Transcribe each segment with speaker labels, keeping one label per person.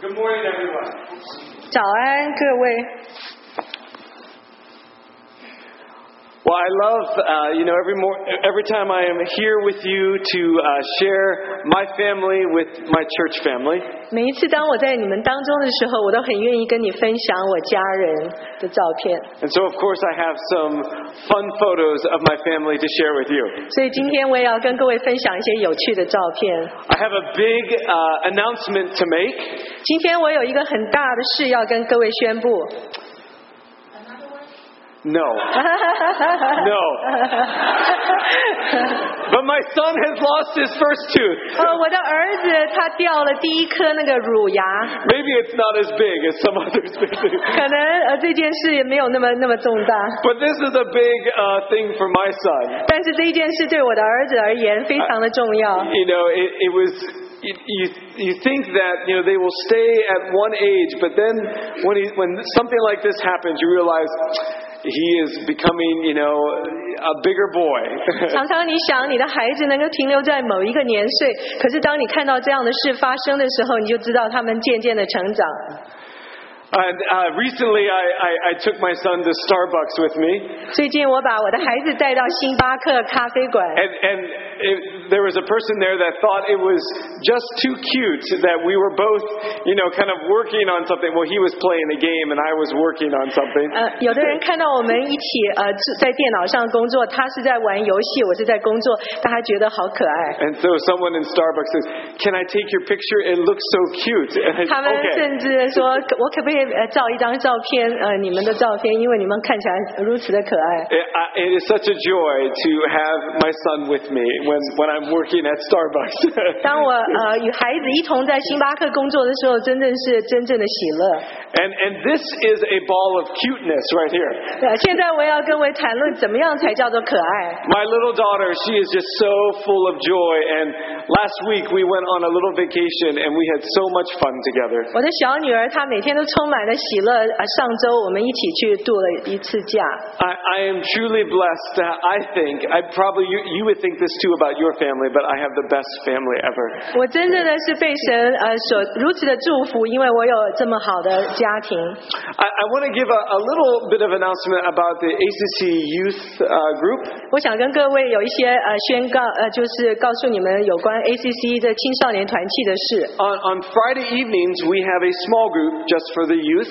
Speaker 1: Good morning, everyone.
Speaker 2: 早安，各位。
Speaker 3: Well, I love, uh, you know, every, mor- every time I am here with you to uh, share my family with my church family.
Speaker 2: 每一次当我在你们当中的时候，我都很愿意跟你分享我家人的照片。
Speaker 3: And so, of course, I have some fun photos of my family to share with you.
Speaker 2: 所以今天我也要跟各位分享一些有趣的照片。
Speaker 3: I have a big uh, announcement to make.
Speaker 2: 今天我有一个很大的事要跟各位宣布。
Speaker 3: No. no. But my son has lost his first tooth.
Speaker 2: 呃，我的儿子他掉了第一颗那个乳牙，
Speaker 3: Maybe it's not as big as some others. but
Speaker 2: 可能呃这件事也没有那么那么重大，
Speaker 3: this is a big uh, thing for my son.
Speaker 2: 但是这一件事对我的儿子而言非常的重要。
Speaker 3: you know, it, it was. You, you you think that you know they will stay at one age, but then when he, when something like this happens, you realize he is becoming you know a bigger boy.
Speaker 2: 常常你想你的孩子能够停留在某一个年岁，可是当你看到这样的事发生的时候，你就知道他们渐渐的成长。
Speaker 3: and uh, recently, I, I I took my son to Starbucks with me,
Speaker 2: 最近我把我的孩子带到星巴克咖啡馆，
Speaker 3: and and it, there was a person there that thought it was just too cute that we were both you know kind of working on something. Well, he was playing a game and I was working on something.
Speaker 2: 呃，有的人看到我们一起呃在电脑上工作，他是在玩游戏，我是在工作，但他觉得好可 爱。
Speaker 3: And so someone in Starbucks says, "Can I take your picture? It looks so cute." And I
Speaker 2: 他
Speaker 3: said,
Speaker 2: 们
Speaker 3: okay.
Speaker 2: 甚至说，可我可不可以呃照一张照片？呃，你们的照片，因为你们看起来如此的可爱。
Speaker 3: It, I, it is such a joy to have my son with me when, when I'm working at Starbucks.
Speaker 2: 当我呃与孩子一同在星巴克工作的时候，真正是真正的喜乐。
Speaker 3: and, and this is a ball of cuteness right here.
Speaker 2: 呃，现在我要跟我谈论怎么样才叫做可爱。
Speaker 3: My little daughter, she is just so full of joy. And last week we went on a little vacation and we had so much fun together.
Speaker 2: 我的小女儿她每天都充满了喜乐。呃，上周我们一起去度了一次假。
Speaker 3: I, I am truly blessed. To ha- I think, I probably, you, you would think this too about your family, but I have the best family ever.
Speaker 2: 我真正的是被神呃所如此的祝福，因为我有这么好的家庭。
Speaker 3: I, I want to give a, a little bit of announcement about the ACC Youth uh, Group.
Speaker 2: 我想跟各位有一些呃宣告呃，就是告诉你们有关 ACC 的青少年团契的事。
Speaker 3: On, on Friday evenings, we have a small group just for the youth.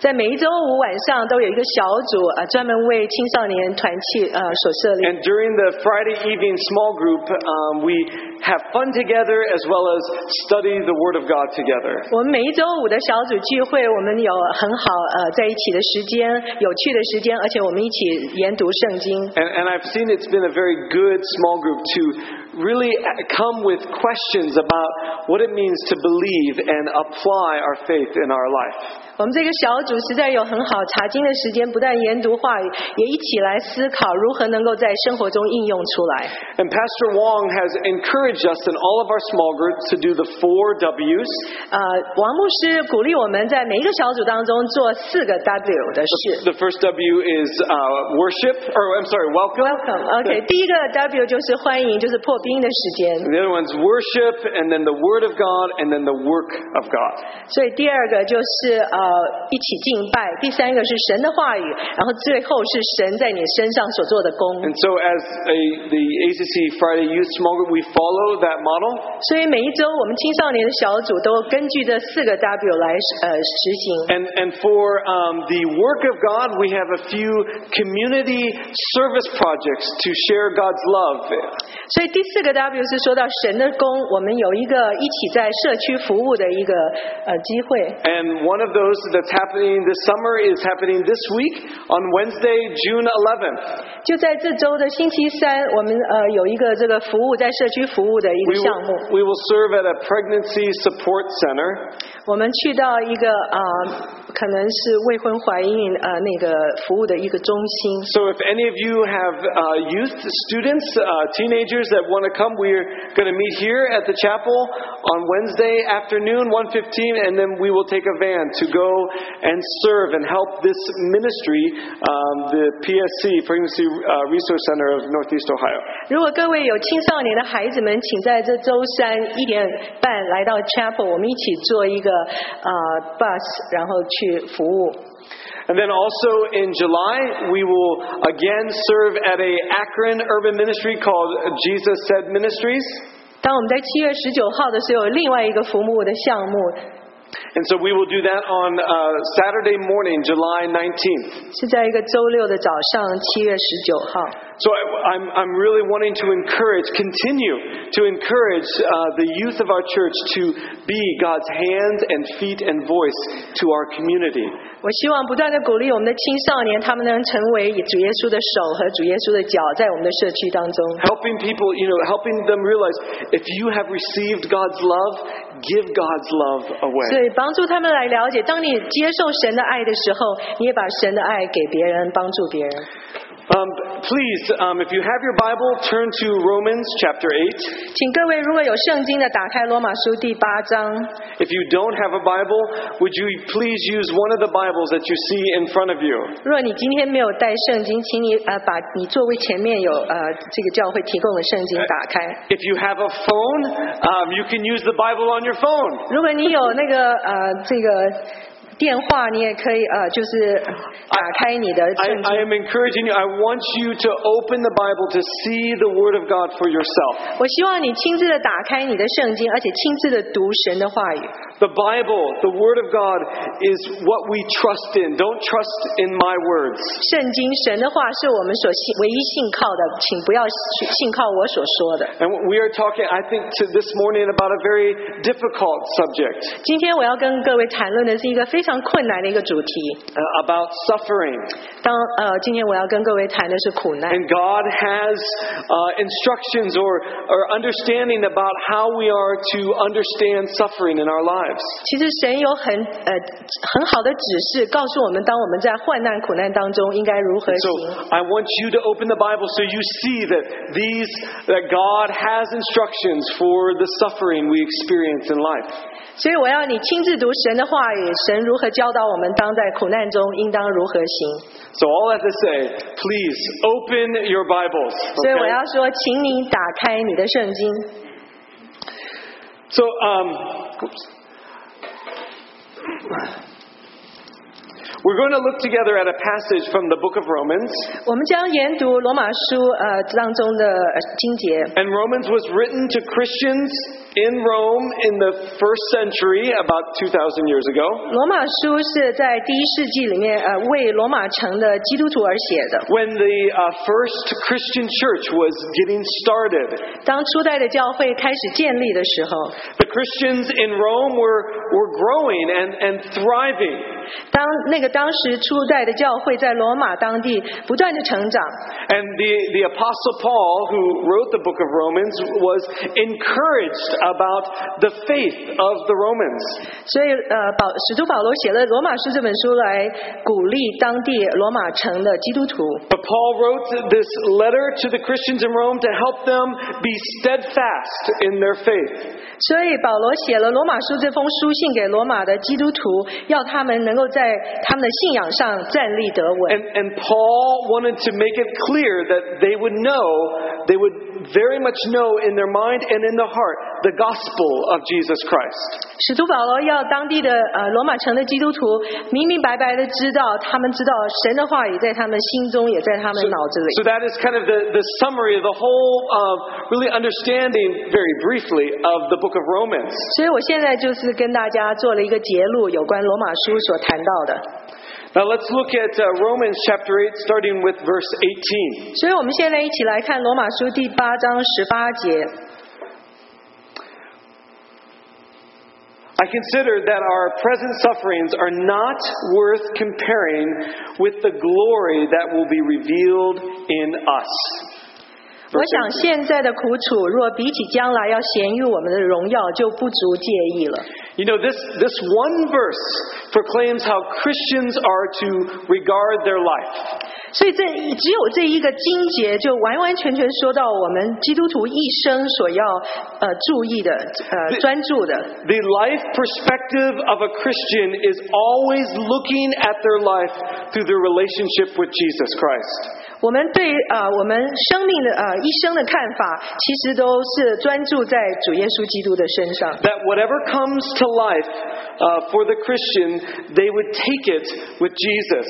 Speaker 2: 在每一周五晚上都有一个小组呃，专门为青少年团契呃所设立。
Speaker 3: And during the Friday evening small group, um, we have fun together as well as study the Word of God together.
Speaker 2: 我们每一周五的小组聚会，我们有很好呃在一起的时间，有趣的时间，而且我们一起研读圣经。
Speaker 3: And, and I've seen it's been a very good small group to really uh, come with questions about what it means to believe and apply our faith in our life.
Speaker 2: 我们这个小组实在有很好查经的时间，不但研读话语，也一起来思考如何能够在生活中应用出来。
Speaker 3: And Pastor Wong has encouraged us in all of our small groups to do the four W's.
Speaker 2: 呃，王牧师鼓励我们在每一个小组当中做四个 W 的 事。
Speaker 3: The first W is uh, worship, or I'm sorry, welcome.
Speaker 2: Welcome. OK，第一个 W 就是欢迎，就是破冰的时间。
Speaker 3: And the other one's worship, and then the Word of God, and then the work of God.
Speaker 2: 所以第二个就是呃一起敬拜，第三个是神的话语，然后最后是神在你身上所做的功
Speaker 3: And。so, as a, the ACC Friday Youth Small Group, we follow that model.
Speaker 2: 所以每一周我们青少年的小组都根据这四个 W 来呃实行。
Speaker 3: And, and for um, the work of God, we have a few community service projects to share God's love
Speaker 2: 所以第四个 W 是说到神的功，我们有一个一起在社区服务的一个呃机会。
Speaker 3: And one of those that's happening this summer is happening this week on Wednesday, June 11th.
Speaker 2: 就在这周的星期三，我们呃有一个这个服务在社区服务的一个
Speaker 3: We
Speaker 2: 项目，
Speaker 3: will, we will serve at a pregnancy support center.
Speaker 2: 我们去到一个呃可能是未婚怀孕呃那个服务的一个中心。
Speaker 3: So if any of you have uh, youth students, uh, teenagers that want want to come, we're going to meet here at the chapel on Wednesday afternoon, 1.15, and then we will take a van to go and serve and help this ministry, um, the PSC, Pregnancy uh, Resource Center of Northeast Ohio.
Speaker 2: 如果各位有青少年的孩子们，请在这周三一点半来到 Chapel，我们一起做一个呃 bus，然后去服务。
Speaker 3: And then also in July, we will again serve at a Akron urban ministry called Jesus Said Ministries.
Speaker 2: 当我们在七月十九号的时候，有另外一个服务的项目
Speaker 3: And so we will do that on uh, Saturday morning, July 19th.
Speaker 2: 是在一个周六的早上，七月十九号。
Speaker 3: So I, I'm, I'm really wanting to encourage, continue to encourage uh, the youth of our church to be God's hands and feet and voice to our community.
Speaker 2: 我希望不断的鼓励我们的青少年，他们能成为主耶稣的手和主耶稣的脚，在我们的社区当中。
Speaker 3: Helping people, you know, helping them realize if you have received God's love, give God's love away.
Speaker 2: 所以帮助他们来了解，当你接受神的爱的时候，你也把神的爱给别人，帮助别人。
Speaker 3: Um, please, um, if you have your Bible, turn to Romans chapter 8.
Speaker 2: 请各位如果有圣经的，打开罗马书第八章。
Speaker 3: If you don't have a Bible, would you please use one of the Bibles that you see in front of you?
Speaker 2: 若你今天没有带圣经，请你呃把你座位前面有呃这个教会提供的圣经打开。
Speaker 3: If you have a phone, um, you can use the Bible on your phone.
Speaker 2: 如果你有那个呃这个电话，你也可以呃就是打开你的
Speaker 3: I,
Speaker 2: 圣
Speaker 3: I
Speaker 2: 经。
Speaker 3: am encouraging you, I want you to open the Bible to see the Word of God for yourself.
Speaker 2: 我希望你亲自的打开你的圣经，而且亲自的读神的话语。
Speaker 3: The Bible, the Word of God, is what we trust in. Don't trust in my words.
Speaker 2: 圣经神的话是我们所信唯一信靠的，请不要去信靠我所说的。
Speaker 3: And we are talking, I think, to this morning about a very difficult subject.
Speaker 2: 今天我要跟各位谈论的是一个非常困难的一个主题。
Speaker 3: uh, about suffering.
Speaker 2: 当呃，今天我要跟各位谈的是苦难。
Speaker 3: And God has uh, instructions or, or understanding about how we are to understand suffering in our lives.
Speaker 2: 其实神有很呃很好的指示，告诉我们，当我们在患难苦难当中应该如何
Speaker 3: So
Speaker 2: 行。
Speaker 3: I want you to open the Bible so you see that these that God has instructions for the suffering we experience in life.
Speaker 2: 所以我要你亲自读神的话语，神如何教导我们，当在苦难中应当如何行。
Speaker 3: So all I have to say, please open your Bibles.
Speaker 2: 所以我
Speaker 3: okay?
Speaker 2: 要说，请你打开你的圣经。
Speaker 3: So, um, oops. We're going to look together at a passage from the book of Romans.
Speaker 2: 我们将研读罗马书呃当中的呃经节。
Speaker 3: And Romans was written to Christians in Rome in the first century, about 2,000 years ago,
Speaker 2: 罗马书是在第一世纪里面呃为罗马城的基督徒而写的。
Speaker 3: when the uh, first Christian church was getting started.
Speaker 2: 当初代的教会开始建立的时候，
Speaker 3: The Christians in Rome were, were growing and, and thriving.
Speaker 2: 当那个当时初代的教会在罗马当地不断的成长，
Speaker 3: And the, the Apostle Paul, who wrote the book of Romans, was encouraged about the faith of the Romans.
Speaker 2: 所以呃保使徒保罗写了《罗马书》这本书来鼓励当地罗马城的基督徒。
Speaker 3: But Paul wrote this letter to the Christians in Rome to help them be steadfast in their faith.
Speaker 2: 所以保罗写了《罗马书》这封书信给罗马的基督徒，要他们能够在他们的信仰上站立得稳。
Speaker 3: And, and Paul wanted to make it clear that they would know, they would very much know in their mind and in their heart the gospel of Jesus Christ.
Speaker 2: 使徒保罗要当地的呃罗马城的基督徒明明白白的知道，他们知道神的话语在他们心中，也在他们脑子里。
Speaker 3: So that is kind of the, the summary of the whole, uh, really understanding very briefly of the book of Romans.
Speaker 2: 所以我现在就是跟大家做了一个结录，有关罗马书所谈到的。
Speaker 3: Now let's look at uh, Romans chapter 8, starting with verse 18.
Speaker 2: 所以我们现在一起来看罗马书第八章十八节。
Speaker 3: I consider that our present sufferings are not worth comparing with the glory that will be revealed in us.
Speaker 2: 我想现在的苦楚，若比起将来要显于我们的荣耀，就不足介意了。
Speaker 3: You know, this, this one verse proclaims how Christians are to regard their life.
Speaker 2: 所以这只有这一个经节，就完完全全说到我们基督徒一生所要呃注意的呃专注的。
Speaker 3: The life perspective of a Christian is always looking at their life through their relationship with Jesus Christ.
Speaker 2: 我们对呃我们生命的呃一生的看法，其实都是专注在主耶稣基督的身上。
Speaker 3: That whatever comes to life uh, for the Christian, they would take it with Jesus.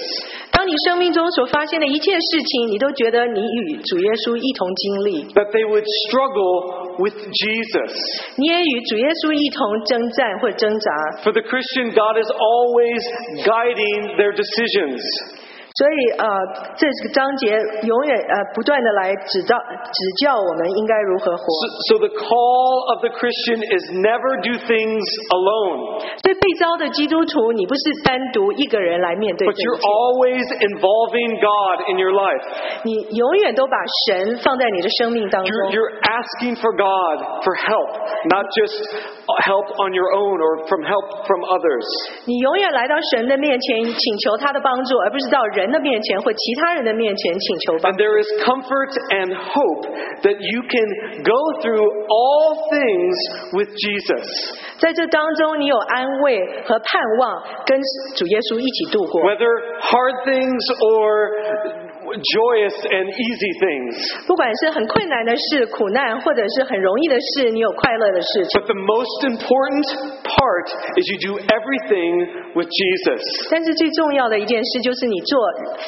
Speaker 2: 当你生命中所发现的一切事情，你都觉得你与主耶稣一同经历，
Speaker 3: That they would struggle with Jesus.
Speaker 2: 你也与主耶稣一同征战或挣扎。
Speaker 3: For the Christian, God is always guiding their decisions.
Speaker 2: 所以呃，这个章节永远呃不断的来指导指教我们应该如何活。
Speaker 3: So, so the call of the Christian is never do things alone,
Speaker 2: 所以被招的基督徒，你不是单独一个人来面对
Speaker 3: but
Speaker 2: 这一
Speaker 3: you're
Speaker 2: 切，
Speaker 3: always involving God in your life.
Speaker 2: 你永远都把神放在你的生命当中。
Speaker 3: You're, you're asking for God for help, not just help on your own or from help from others.
Speaker 2: 你永远来到神的面前，请求他的帮助，而不是到人的面前或其他人的面前请求帮
Speaker 3: And
Speaker 2: 助。
Speaker 3: there is comfort and hope that you can go through all things with Jesus.
Speaker 2: 在这当中，你有安慰和盼望，跟主耶稣一起度过。
Speaker 3: whether hard things or joyous and easy things.
Speaker 2: 不管是很困难的事、苦难，或者是很容易的事，你有快乐的事情。
Speaker 3: But the most important part is you do everything with Jesus.
Speaker 2: 但是最重要的一件事就是，你做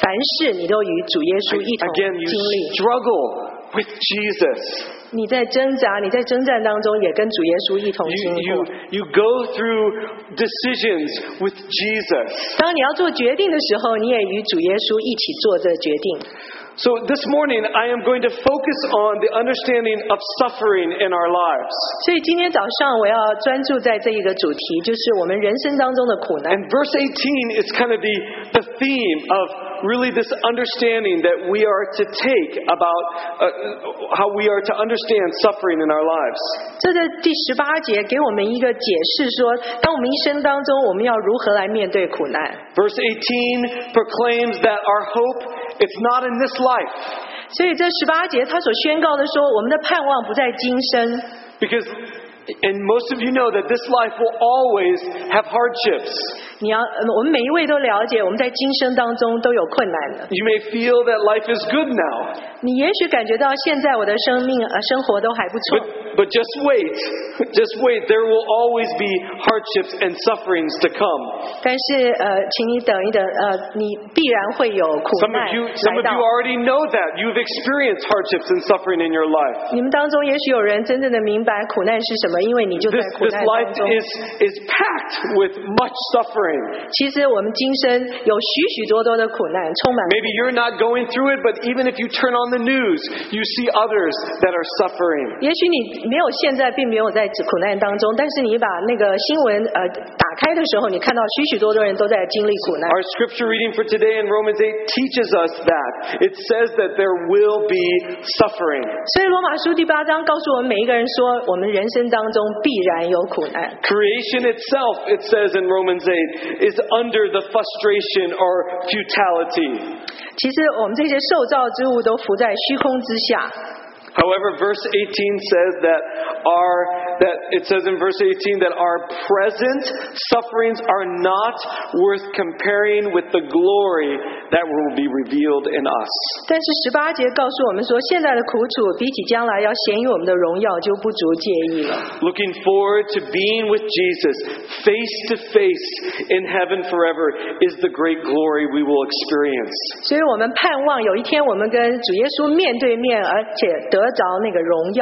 Speaker 2: 凡事你都与主耶稣一同
Speaker 3: Again,
Speaker 2: 经
Speaker 3: you
Speaker 2: 历。
Speaker 3: struggle with Jesus.
Speaker 2: 你在挣扎，你在征战当中也跟主耶稣一同
Speaker 3: You,
Speaker 2: 经历
Speaker 3: you,
Speaker 2: 过。
Speaker 3: you go through decisions with Jesus.
Speaker 2: 当你要做决定的时候，你也与主耶稣一起做这决定。
Speaker 3: So this morning, I am going to focus on the understanding of suffering in our lives.
Speaker 2: 所以今天早上我要专注在这一个主题，就是我们人生当中的苦难。
Speaker 3: And verse 18 is kind of the, the theme of really this understanding that we are to take about uh, how we are to understand suffering in our lives.
Speaker 2: 这个第十八节给我们一个解释说，当我们一生当中，我们要如何来面对苦难。
Speaker 3: Verse 18 proclaims that our hope it's not in this life
Speaker 2: 所以这十八节他所宣告的说，我们的盼望不在今生，
Speaker 3: because and most of you know that this life will always have hardships.
Speaker 2: 你要，呃我们每一位都了解，我们在今生当中都有困难的。
Speaker 3: You may feel that life is good now,
Speaker 2: 你也许感觉到现在我的生命呃生活都还不
Speaker 3: but
Speaker 2: 错，
Speaker 3: but just wait. Just wait. There will always be hardships and sufferings to come.
Speaker 2: 但是呃，请你等一等，呃，你必然会有苦
Speaker 3: Some of
Speaker 2: 难
Speaker 3: you, some
Speaker 2: 来到
Speaker 3: of you。already know that. You've experienced hardships and suffering in your life.
Speaker 2: 你们当中也许有人真正的明白苦难是什么，因为你就在
Speaker 3: This,
Speaker 2: 苦
Speaker 3: this
Speaker 2: 难
Speaker 3: life
Speaker 2: 当中。
Speaker 3: is, is packed with much suffering.
Speaker 2: 其实我们今生有许许多多的苦难，充满
Speaker 3: Maybe you're not going through it, but even if you turn on the news, you see others that are suffering.
Speaker 2: 也许你没有现在并没有在苦难当中，但是你把那个新闻呃打开的时候，你看到许许多多人都在经历苦难。
Speaker 3: Our scripture reading for today in Romans 8 teaches us that. It says that there will be suffering.
Speaker 2: 所以罗马书第八章告诉我们每一个人说，我们人生当中必然有苦难。
Speaker 3: Creation itself, it says in Romans 8, is under the frustration or futility.
Speaker 2: 其实我们这些受造之物都浮在虚空之下。
Speaker 3: However, verse 18 says that our that it says in verse 18 that our present sufferings are not worth comparing with the glory that will be revealed in us.
Speaker 2: 但是十八节告诉我们说，现在的苦楚比起将来要显于我们的荣耀，就不足介意了。
Speaker 3: Looking forward to being with Jesus face to face in heaven forever is the great glory we will experience.
Speaker 2: 所以我们盼望有一天我们跟主耶稣面对面，而且得着那个荣耀。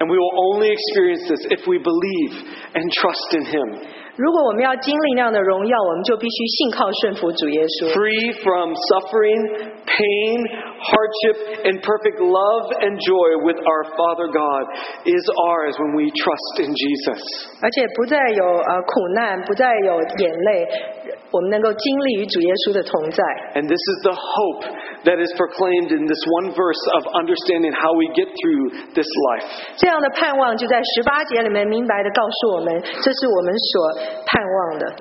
Speaker 3: And we will only experience this if we believe and trust in him,
Speaker 2: 如果我们要经历那样的荣耀，我们就必须信靠顺服主耶稣。
Speaker 3: free from suffering, pain, hardship, and perfect love and joy with our Father God is ours when we trust in Jesus.
Speaker 2: 而且不再有呃苦难，不再有眼泪，我们能够经历与主耶稣的同在。
Speaker 3: And this is the hope that is proclaimed in this one verse of understanding how we get through this life.
Speaker 2: 这样的盼望就在十八节里面明白的告诉我们，这是我们所盼望的。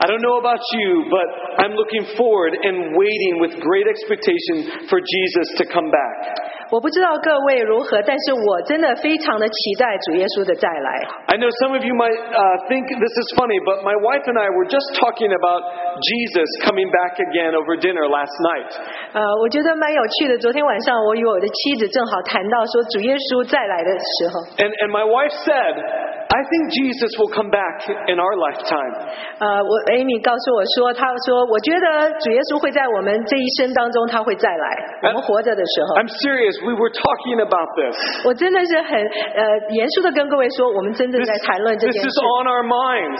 Speaker 3: I don't know about you, but I'm looking forward and waiting with great expectation for Jesus to come back.
Speaker 2: 我不知道各位如何，但是我真的非常的期待主耶稣的再来。
Speaker 3: I know some of you might uh, think this is funny, but my wife and I were just talking about Jesus coming back again over dinner last night.
Speaker 2: 呃，我觉得蛮有趣的。昨天晚上我与我的妻子正好谈到说主耶稣再来的时候，
Speaker 3: And, and my wife said, I think Jesus will come back in our lifetime.
Speaker 2: 呃，我 Amy 告诉我说，她说我觉得主耶稣会在我们这一生当中他会再来，我们活着的时候。
Speaker 3: I'm serious. We were talking about this.
Speaker 2: 我真的是很呃严肃的跟各位说，我们真正在
Speaker 3: This,
Speaker 2: 谈论这
Speaker 3: this
Speaker 2: 件事
Speaker 3: is，on our minds.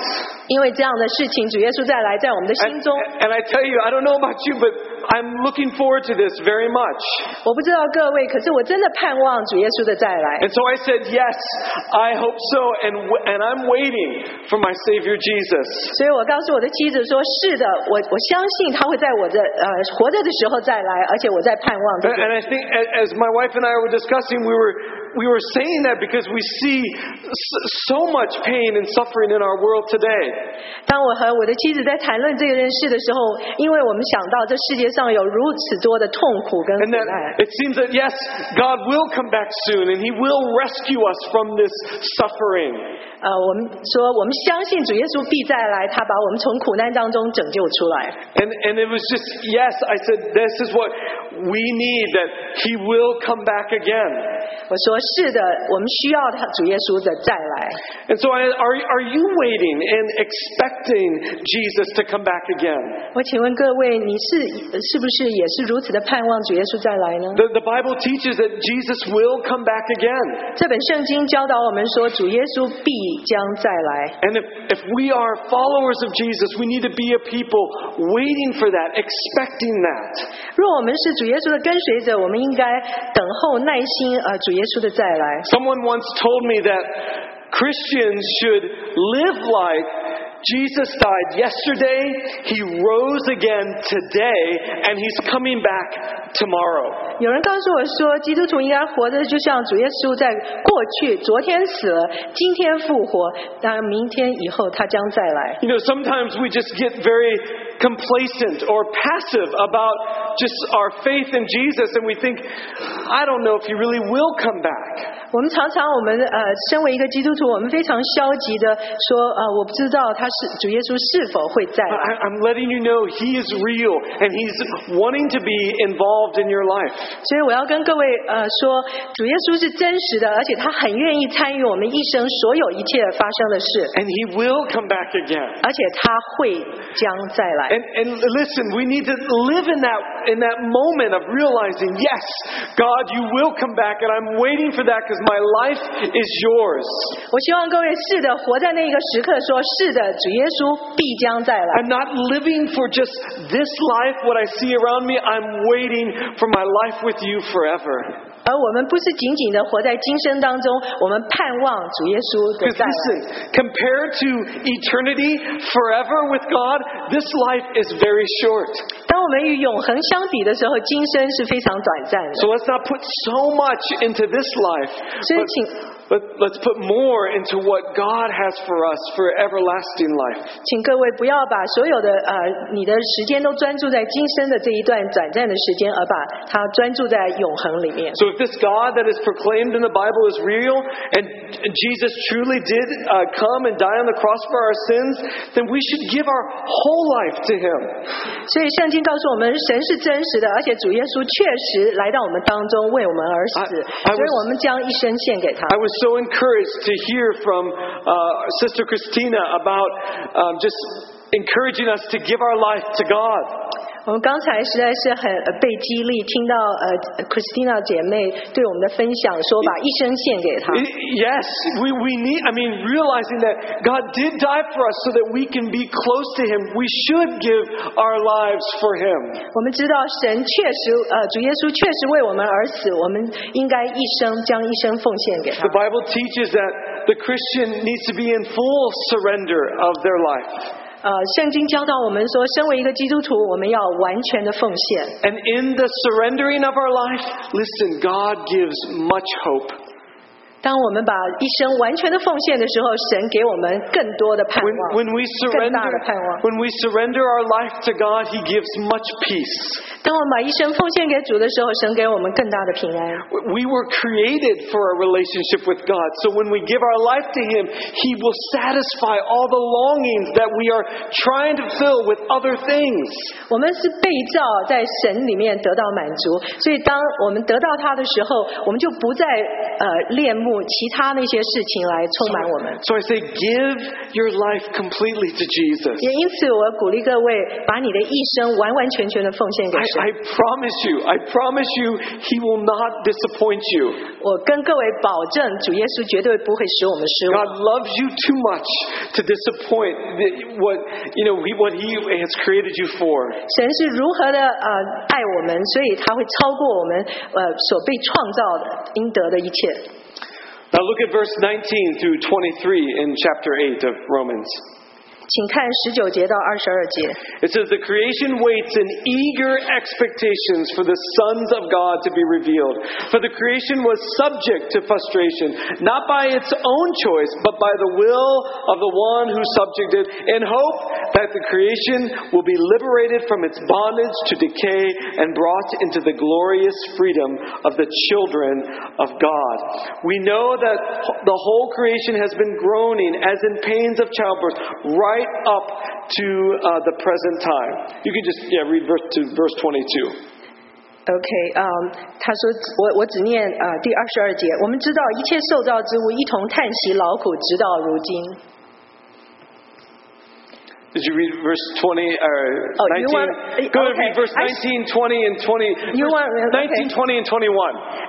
Speaker 2: 因为这样的事情，主耶稣再来，在我们的
Speaker 3: And,
Speaker 2: 心中，
Speaker 3: and I tell you, I don't know about you, but I'm looking forward to this very much.
Speaker 2: 我不知道各位，可是我真的盼望主耶稣的再来。
Speaker 3: And so I said, yes, I hope so. And, w- and I'm waiting for my Savior Jesus.
Speaker 2: 所以我告诉我的妻子说：“是的，我我相信他会在我的呃活着的时候再来，而且我在盼望这个。
Speaker 3: And, and I think, a- as my wife and I were discussing, we were, we were saying that because we see s- so much pain and suffering in our world today.
Speaker 2: 当我和我的妻子在谈论这件事的时候，因为我们想到这世界上有如此多的痛苦跟苦
Speaker 3: And that
Speaker 2: 难，
Speaker 3: it seems that, yes, God will come back soon and He will rescue us from this suffering.
Speaker 2: 呃，我们说我们相信主耶稣必再来，他把我们从苦难当中拯救出来。
Speaker 3: And, and it was just, yes, I said, this is what we need, that He will come back again.
Speaker 2: 我说是的，我们需要他主耶稣的再来。
Speaker 3: And so, I, are, are you waiting and expecting Jesus to come back again?
Speaker 2: 我请问各位，你是呃是不是也是如此的盼望主耶稣再来呢？
Speaker 3: The, the Bible teaches that Jesus will come back again.
Speaker 2: 这本圣经教导我们说，主耶稣必将再来。
Speaker 3: And if, if we are followers of Jesus, we need to be a people waiting for that, expecting that.
Speaker 2: 若我们是主耶稣的跟随者，我们应该等候耐心呃主耶稣的再来。
Speaker 3: Someone once told me that Christians should live like Jesus died yesterday, he rose again today, and he's coming back tomorrow.
Speaker 2: 有人告诉我说，基督徒应该活着就像主耶稣在过去昨天死了，今天复活，当然明天以后他将再来。
Speaker 3: You know, sometimes we just get very complacent or passive about just our faith in Jesus, and we think, I don't know if he really will come back.
Speaker 2: 我们常常我们呃身为一个基督徒，我们非常消极的说呃我不知道他是主耶稣是否会再
Speaker 3: But
Speaker 2: 来。
Speaker 3: I- I'm letting you know he is real, and he's wanting to be involved in your life.
Speaker 2: 所以我要跟各位呃说，主耶稣是真实的，而且他很愿意参与我们一生所有一切发生的事，
Speaker 3: And he will come back again.
Speaker 2: 而且他会将再来。
Speaker 3: And, and listen, we need to live in that, in that moment of realizing, yes, God, you will come back, and I'm waiting for that because my life is yours.
Speaker 2: 我希望各位是的，活在那一个时刻说，是的，主耶稣必将再来。
Speaker 3: I'm not living for just this life, what I see around me. I'm waiting for my life with you forever.
Speaker 2: 而我们不是仅仅的活在今生当中，我们盼望主耶稣的
Speaker 3: Because
Speaker 2: 再来。
Speaker 3: listen, compared to eternity, forever with God, this life is very short.
Speaker 2: 当我们与永恒相比的时候，今生是非常短暂的。
Speaker 3: So let's not put so much into this life,
Speaker 2: 所以
Speaker 3: but
Speaker 2: 请
Speaker 3: Let, let's put more into what God has for us for everlasting life.
Speaker 2: 请各位不要把所有的呃你的时间都专注在今生的这一段短暂的时间，而把它专注在永恒里面。
Speaker 3: So, if this God that is proclaimed in the Bible is real and Jesus truly did uh, come and die on the cross for our sins, then we should give our whole life to Him.
Speaker 2: 所以圣经告诉我们，神是真实的，而且主耶稣确实来到我们当中，为我们而死，
Speaker 3: I- I was-
Speaker 2: 所以我们将一生献给他。
Speaker 3: I was so encouraged to hear from uh, Sister Christina about um, just encouraging us to give our life to God.
Speaker 2: 我们刚才实在是很呃被激励，听到呃 Christina 姐妹对我们的分享，说把一生献给他。
Speaker 3: It- yes, we, we need, I mean, realizing that God did die for us so that we can be close to Him, we should give our lives for Him.
Speaker 2: 我们知道神确实呃主耶稣确实为我们而死，我们应该一生将一生奉献给他
Speaker 3: The。Bible teaches that the Christian needs to be in full surrender of their life.
Speaker 2: 呃，圣经教导我们说，身为一个基督徒，我们要完全的奉献。
Speaker 3: And in the surrendering of our life, listen, God gives much hope.
Speaker 2: 呃，当我们把一生完全的奉献的时候，神给我们更多的盼
Speaker 3: When,
Speaker 2: 望。
Speaker 3: when we
Speaker 2: 更
Speaker 3: surrender,
Speaker 2: 大的盼望。
Speaker 3: when we surrender our life to God, He gives much peace.
Speaker 2: 当我们把一生奉献给主的时候，神给我们更大的平安。
Speaker 3: We were created for a relationship with God. So when we give our life to Him, He will satisfy all the longings that we are trying to fill with other things.
Speaker 2: 我们是被造在神里面得到满足，所以当我们得到它的时候，我们就不再呃恋慕其他那些事情来充满我们。
Speaker 3: So I say, give your life completely to Jesus.
Speaker 2: 也因此，我鼓励各位把你的一生完完全全的奉献给
Speaker 3: I,
Speaker 2: 神。
Speaker 3: I promise you, I promise you, He will not disappoint you.
Speaker 2: 我跟各位保证，主耶稣绝对不会使我们失望。
Speaker 3: God loves you too much to disappoint the- what you know he, what He has created you for.
Speaker 2: 神是如何的呃爱我们，所以他会超过我们呃所被创造的应得的一切。
Speaker 3: Now look at verse 19 through 23 in chapter 8 of Romans.
Speaker 2: 请看十九节到二十二节。
Speaker 3: It says, The creation waits in eager expectations for the sons of God to be revealed. For the creation was subject to frustration, not by its own choice, but by the will of the one who subjected, in hope that the creation will be liberated from its bondage to decay and brought into the glorious freedom of the children of God. We know that the whole creation has been groaning as in pains of childbirth right up to uh, the present time. You can just yeah read verse to verse 22.
Speaker 2: OK，嗯、他说我我只念啊、呃第二十二节，我们知道一切受造之物一同叹息劳苦，直到如今。
Speaker 3: Did you read verse 20 or
Speaker 2: Oh, you want-
Speaker 3: 19? Go ahead,
Speaker 2: okay.
Speaker 3: read verse
Speaker 2: I
Speaker 3: 19, 20, and 20.
Speaker 2: You want-
Speaker 3: verse
Speaker 2: okay.
Speaker 3: 19, 20, and 21.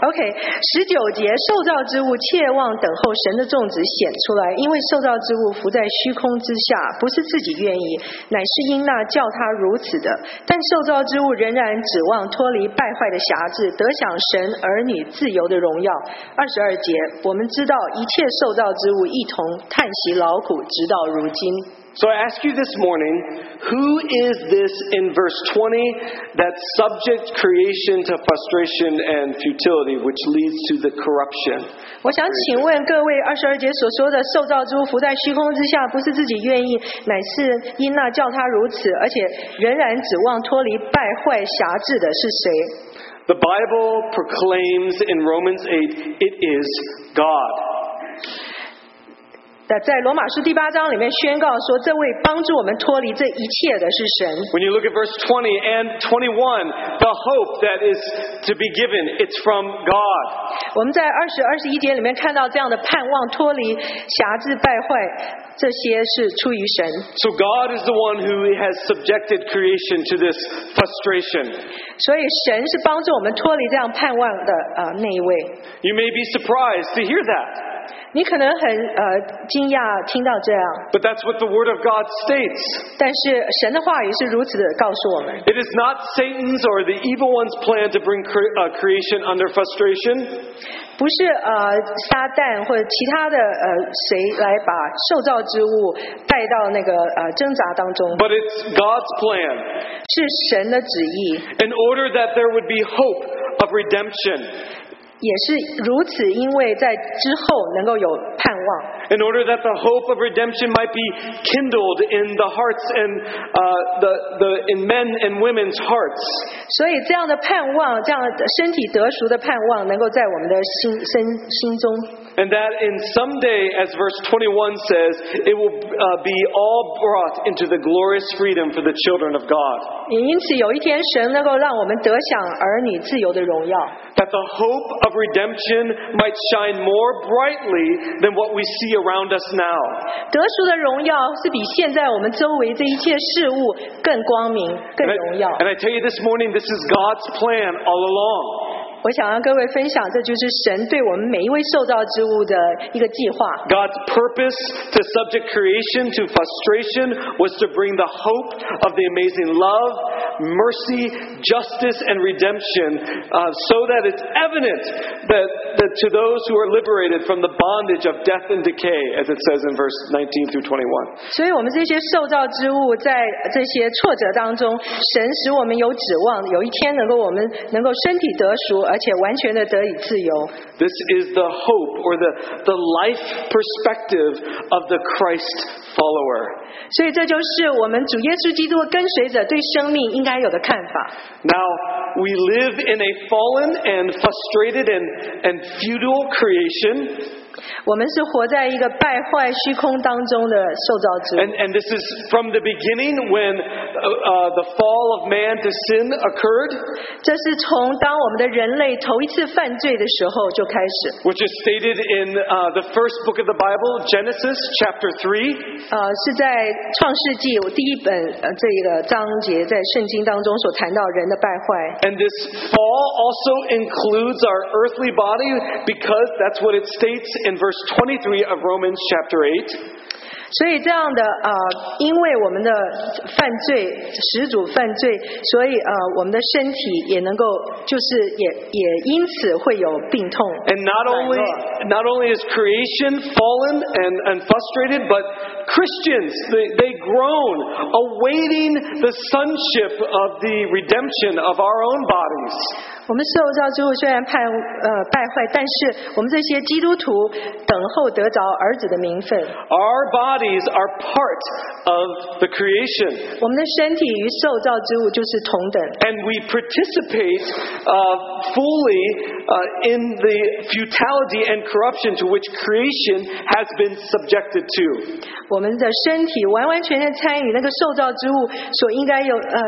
Speaker 2: OK，十九节，受造之物切望等候神的种子显出来，因为受造之物浮在虚空之下，不是自己愿意，乃是因那叫他如此的。但受造之物仍然指望脱离败坏的辖制，得享神儿女自由的荣耀。二十二节，我们知道一切受造之物一同叹息劳苦，直到如今。
Speaker 3: So I ask you this morning, who is this in verse 20 that subject creation to frustration and futility, which leads to the corruption?
Speaker 2: 我想请问各位，二十二节所说的受造之物浮在虚空之下，不是自己愿意，乃是因那叫他如此，而且仍然指望脱离败坏辖制的是谁？
Speaker 3: The Bible proclaims in Romans 8, it is God.
Speaker 2: 那在罗马书第八章里面宣告说，这位帮助我们脱离这一切的是神。
Speaker 3: When you look at verse 20 and 21, the hope that is to be given, it's from God.
Speaker 2: 我们在二十二十一节里面看到这样的盼望脱离辖制败坏，这些是出于神。
Speaker 3: So God is the one who has subjected creation to this frustration.
Speaker 2: 所以神是帮助我们脱离这样盼望的呃那一位。
Speaker 3: You may be surprised to hear that,
Speaker 2: 你可能很呃惊讶听到这样。
Speaker 3: but that's what the Word of God states.
Speaker 2: 但是神的话语是如此的告诉我们，
Speaker 3: It is not Satan's or the evil one's plan to bring cre- uh, creation under frustration.
Speaker 2: 不是呃撒旦或者其他的呃谁来把受造之物带到那个呃挣扎当中，
Speaker 3: But it's God's plan
Speaker 2: 是神的旨意，
Speaker 3: in order that there would be hope of redemption,
Speaker 2: 也是如此，因为在之后能够有盼望，
Speaker 3: in order that the hope of redemption might be kindled in the hearts and uh, the, the, in men and women's hearts.
Speaker 2: 所以这样的盼望，这样的身体得赎的盼望，能够在我们的心身心中。
Speaker 3: And that in someday, as verse 21 says, it will uh, be all brought into the glorious freedom for the children of God.
Speaker 2: 也因此，有一天神能够让我们得享儿女自由的荣耀。
Speaker 3: That the hope of redemption might shine more brightly than what we see around us now.
Speaker 2: 得赎的荣耀是比现在我们周围这一切事物更光明、更
Speaker 3: And
Speaker 2: 荣耀
Speaker 3: I,。and I tell you this morning, this is God's plan all along.
Speaker 2: 我想让各位分享，这就是神对我们每一位受造之物的一个计划。
Speaker 3: God's purpose to subject creation to frustration was to bring the hope of the amazing love, mercy, justice, and redemption uh, so that it's evident that, that to those who are liberated from the bondage of death and decay, as it says in verse 19 through 21.
Speaker 2: 所以，我们这些受造之物，在这些挫折当中，神使我们有指望，有一天能够我们能够身体得赎，而且完全的得以自由。
Speaker 3: This is the hope or the, the life perspective of the Christ follower.
Speaker 2: 所以，这就是我们主耶稣基督的跟随者对生命应该有的看法。
Speaker 3: Now, we live in a fallen and frustrated and, and futile creation,
Speaker 2: 我们是活在一个败坏虚空当中的受造之物
Speaker 3: and,。and this is from the beginning when uh, uh, the fall of man to sin occurred,
Speaker 2: 这是从当我们的人类头一次犯罪的时候就开始，
Speaker 3: which is stated in uh, the first book of the Bible, Genesis chapter 3.
Speaker 2: 呃，是在创世纪我第一本呃这个章节在圣经当中所谈到人的败坏。
Speaker 3: And this fall also includes our earthly body because that's what it states in verse 23 of Romans chapter 8.
Speaker 2: 所以这样的呃，因为我们的犯罪，始祖犯罪，所以呃，我们的身体也能够，就是也也因此会有病痛。
Speaker 3: And not only not only is creation fallen and, and frustrated, but Christians they, they groan, awaiting the sonship of the redemption of our own bodies.
Speaker 2: 我们受造之后虽然判呃败坏，但是我们这些基督徒等候得着儿子的名分，
Speaker 3: Our bodies are part of the creation,
Speaker 2: 我们的身体与受造之物就是同等，
Speaker 3: and we participate uh, fully uh, in the futility and corruption to which creation has been subjected to.
Speaker 2: 我们的身体完完全全参与那个受造之物所应该有呃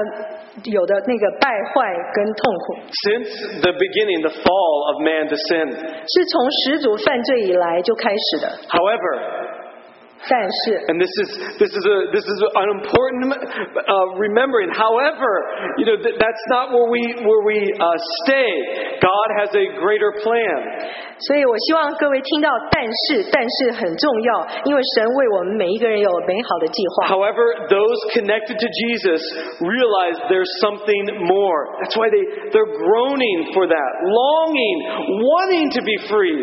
Speaker 2: 有的那个败坏跟痛苦。
Speaker 3: Since the beginning, the fall of man to sin.
Speaker 2: 是从始祖犯罪以来就开始的，
Speaker 3: However,
Speaker 2: 但是
Speaker 3: and this is this is a this is an important uh, remembering. However, you know th- that's not where we where we uh, stay. God has a greater plan.
Speaker 2: 所以我希望各位听到“但是”，但是很重要，因为神为我们每一个人有美好的计划。
Speaker 3: However, those connected to Jesus realize there's something more. That's why they they're groaning for that, longing, wanting to be free.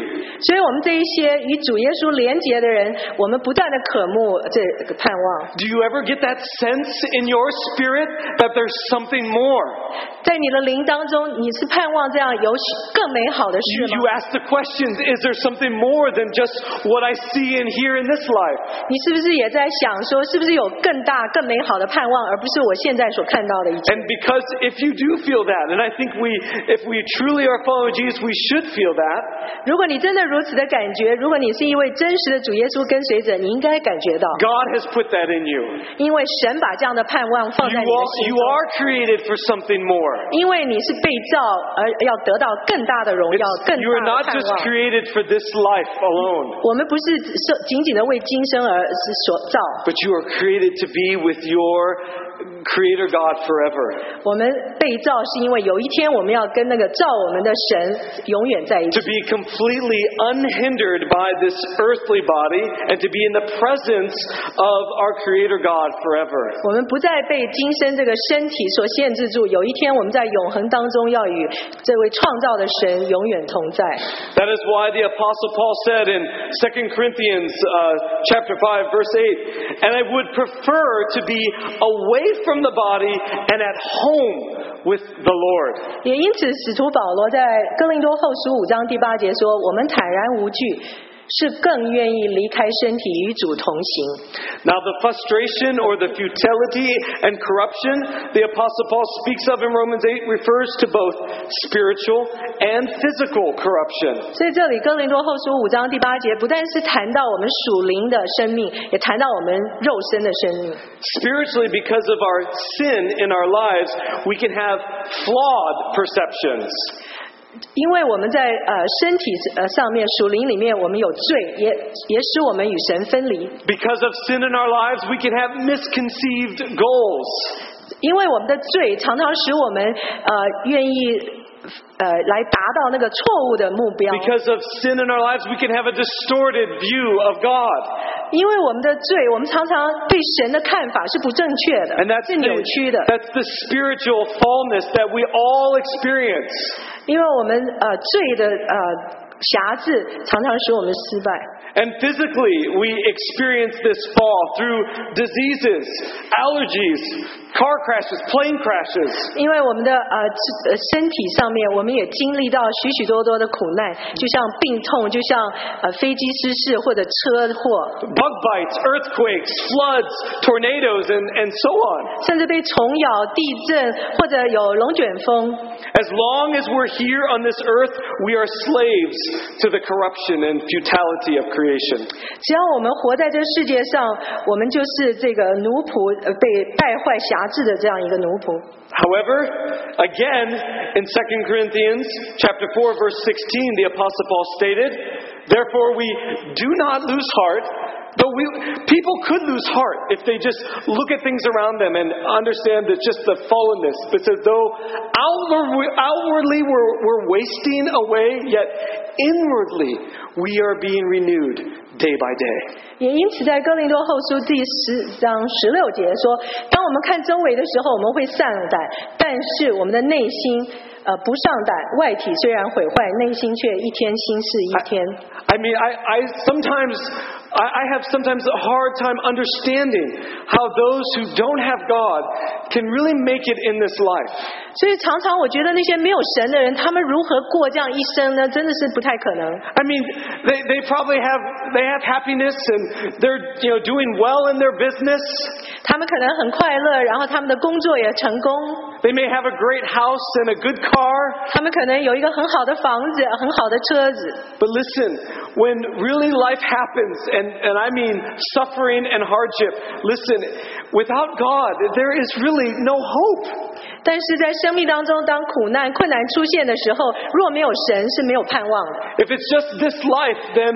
Speaker 2: 所以，我们这一些与主耶稣连结的人，我们不断的渴慕这个盼望。
Speaker 3: Do you ever get that sense in your spirit that there's something more?
Speaker 2: 在你的灵当中，你是盼望这样有更美好的
Speaker 3: You,
Speaker 2: 事
Speaker 3: you
Speaker 2: 吗？
Speaker 3: ask the questions is there something more than just what I see and hear in this life?
Speaker 2: 你是不是也在想说，是不是有更大、更美好的盼望，而不是我现在所看到的一切
Speaker 3: And？because if you do feel that, and I think we, if we truly are following Jesus, we should feel that,
Speaker 2: 如果你真的如此的感觉，如果你是一位真实的主耶稣跟随者，你应该感觉到。
Speaker 3: God has put that in you.
Speaker 2: 因为神把这样的盼望放
Speaker 3: You
Speaker 2: 在你的
Speaker 3: are,
Speaker 2: 心
Speaker 3: you
Speaker 2: 中，
Speaker 3: are created for something more.
Speaker 2: 因为你是被造而要得到更大的荣耀、更
Speaker 3: You are
Speaker 2: 大
Speaker 3: not
Speaker 2: 的盼
Speaker 3: just
Speaker 2: 望。
Speaker 3: created for this life alone,
Speaker 2: 我们不是只受仅仅的为今生而是所造，
Speaker 3: but you are created to be with your Creator God forever,
Speaker 2: 我们被造是因为有一天我们要跟那个造我们的神永远在一
Speaker 3: to
Speaker 2: 起。
Speaker 3: be completely unhindered by this earthly body, and to be in the presence of our Creator God forever.
Speaker 2: 我们不再被今生这个身体所限制住，有一天我们在永恒当中要与这位创造的神永远同在。
Speaker 3: That is why the apostle Paul said in 2 Corinthians uh, chapter 5 verse 8, "And I would prefer to be away from the body and at home with the Lord."
Speaker 2: 也因此，使徒保罗在哥林多后书五章第八节说：“我们坦然无惧，是更愿意离开身体与主同行。
Speaker 3: Now the frustration or the futility and corruption the apostle Paul speaks of in Romans 8 refers to both spiritual and physical corruption. ”
Speaker 2: 所以，这里哥林多后书五章第八节不但是谈到我们属灵的生命，也谈到我们肉身的生命。
Speaker 3: Spiritually because of our sin in our lives, we can have flawed perceptions.
Speaker 2: 因为我们在呃身体呃上面属灵里面，我们有罪，也也使我们与神分离。
Speaker 3: Because of sin in our lives, we can have misconceived goals.
Speaker 2: 因为我们的罪常常使我们呃愿意呃来达到那个错误的目标。
Speaker 3: Because of sin in our lives, we can have a distorted view of God.
Speaker 2: 因为我们的罪，我们常常对神的看法是不正确的
Speaker 3: And，that's
Speaker 2: 是扭曲
Speaker 3: the,
Speaker 2: 的。
Speaker 3: that's the spiritual fallness that we all experience.
Speaker 2: 因为我们呃罪的呃瑕疵常常使我们失败。
Speaker 3: And physically, we experience this fall through diseases, allergies, car crashes, plane crashes.
Speaker 2: 因为我们的呃呃身体上面，我们也经历到许许多多的苦难，就像病痛，就像呃飞机失事或者车祸，
Speaker 3: bug bites, earthquakes, floods, tornadoes, and, and so on.
Speaker 2: 甚至被虫咬、地震或者有龙卷风。
Speaker 3: As long as we're here on this earth, we are slaves to the corruption and futility of creation.
Speaker 2: 只要我们活在这世界上，我们就是这个奴仆，呃被败坏、辖制的这样一个奴仆。
Speaker 3: However, again, in 2 Corinthians chapter 4 verse 16, the apostle Paul stated, "Therefore we do not lose heart, though we people could lose heart if they just look at things around them and understand that just the fallenness. But it says, though outwardly, outwardly we're, we're wasting away, yet inwardly we are being renewed day by day.
Speaker 2: 也因此，在哥林多后书第十章十六节说：“当我们看周围的时候，我们会上胆，但是我们的内心呃不上胆。外体虽然毁坏，内心却一天新事一天。
Speaker 3: I mean, I, I sometimes, I, I have sometimes a hard time understanding how those who don't have God can really make it in this life.
Speaker 2: 所以常常我觉得那些没有神的人，他们如何过这样一生呢？真的是不太可能。
Speaker 3: I mean, they, they probably have, they have happiness and they're, you know, doing well in their business.
Speaker 2: 他们可能很快乐，然后他们的工作也成功，
Speaker 3: They may have a great house and a good car.
Speaker 2: 他们可能有一个很好的房子、很好的车子。
Speaker 3: But listen, when really life happens, and, and I mean suffering and hardship, listen, without God, there is really no hope.
Speaker 2: 但是在生命当中，当苦难、困难出现的时候，若没有神是没有盼望的。
Speaker 3: If it's just this life, then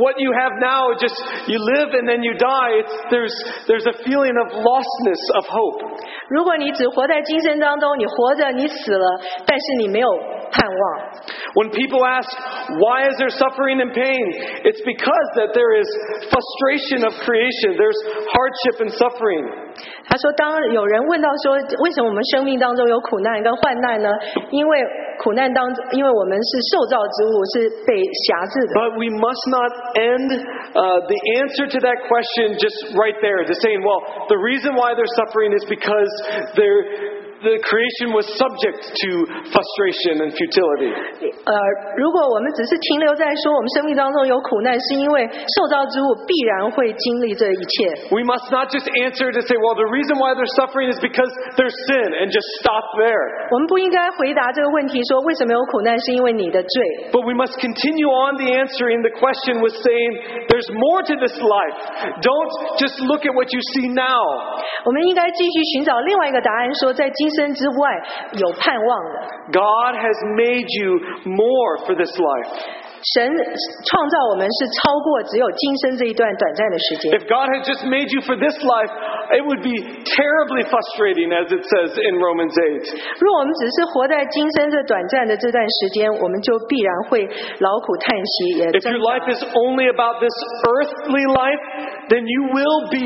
Speaker 3: what you have now, just you live and then you die. It's, there's there's a feeling of lostness of hope.
Speaker 2: 如果你只活在今生当中，你活着，你死了，但是你没有盼望。
Speaker 3: When people ask why is there suffering and pain, it's because that there is frustration of creation. There's hardship and suffering.
Speaker 2: 他说，当有人问到说，为什么我们生命当中有苦难跟患难呢？因为苦难当中，因为我们是受造之物，是被辖制的。
Speaker 3: But we must not end uh, the answer to that question just right there, just saying, well, the reason why they're suffering is because they're. The creation was subject to frustration and futility.
Speaker 2: 呃，如果我们只是停留在说我们生命当中有苦难，是因为受造之物必然会经历这一切。
Speaker 3: We must not just answer to say, well, the reason why they're suffering is because there's sin, and just stop there.
Speaker 2: 我们不应该回答这个问题说为什么有苦难，是因为你的罪。
Speaker 3: But we must continue on the answering the question with saying, there's more to this life. Don't just look at what you see now.
Speaker 2: 我们应该继续寻找另外一个答案，说在今生之外有盼望的。
Speaker 3: God has made you more for this life.
Speaker 2: 神创造我们是超过只有今生这一段短暂的时间。
Speaker 3: If God had just made you for this life, it would be terribly frustrating, as it says in Romans 8.
Speaker 2: 若我们只是活在今生这短暂的这段时间，我们就必然会劳苦叹息，也
Speaker 3: If
Speaker 2: 挣
Speaker 3: your life is only about this earthly life, then you will be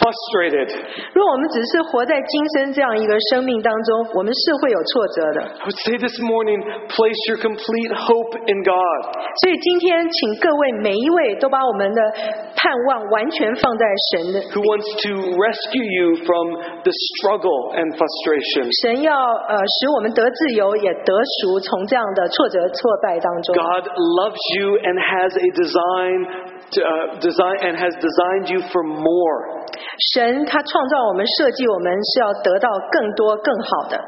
Speaker 3: frustrated.
Speaker 2: 若我们只是活在今生这样一个生命当中，我们是会有挫折的。
Speaker 3: I would say this morning, place your complete hope in God.
Speaker 2: 所以今天，请各位每一位都把我们的盼望完全放在神的。
Speaker 3: Who wants to rescue you from the struggle and frustration?
Speaker 2: 神要呃使我们得自由，也得赎，从这样的挫折挫败当中。
Speaker 3: God loves you and has a design, uh, design and has designed you for more.
Speaker 2: 神他创造我们，设计我们是要得到更多更好的。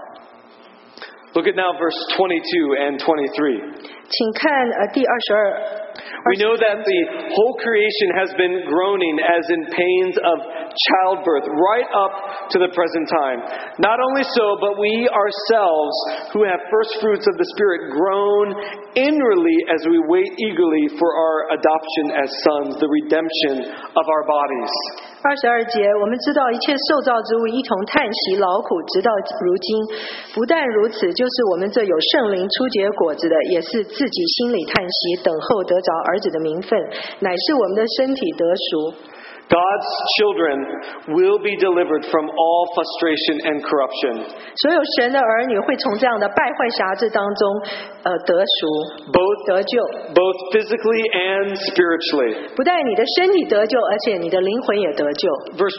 Speaker 3: Look at now verse 22 and 23.
Speaker 2: 请看呃第二十二
Speaker 3: We know that the whole creation has been groaning as in pains of childbirth right up to the present time. Not only so, but we ourselves who have first fruits of the Spirit groan inwardly as we wait eagerly for our adoption as sons, the redemption of our bodies.
Speaker 2: 二十二节，我们知道一切受造之物一同叹息劳苦，直到如今。不但如此，就是我们这有圣灵初结果子的，也是自己心里叹息，等候得着儿子的名分，乃是我们的身体得赎。
Speaker 3: God's children will be delivered from all frustration and corruption,
Speaker 2: 所有神的儿女会从这样的败坏辖制当中，呃，得赎、
Speaker 3: both
Speaker 2: 得救。
Speaker 3: both physically and spiritually.
Speaker 2: 不但你的身体得救，而且你的灵魂也得救。
Speaker 3: Verse 28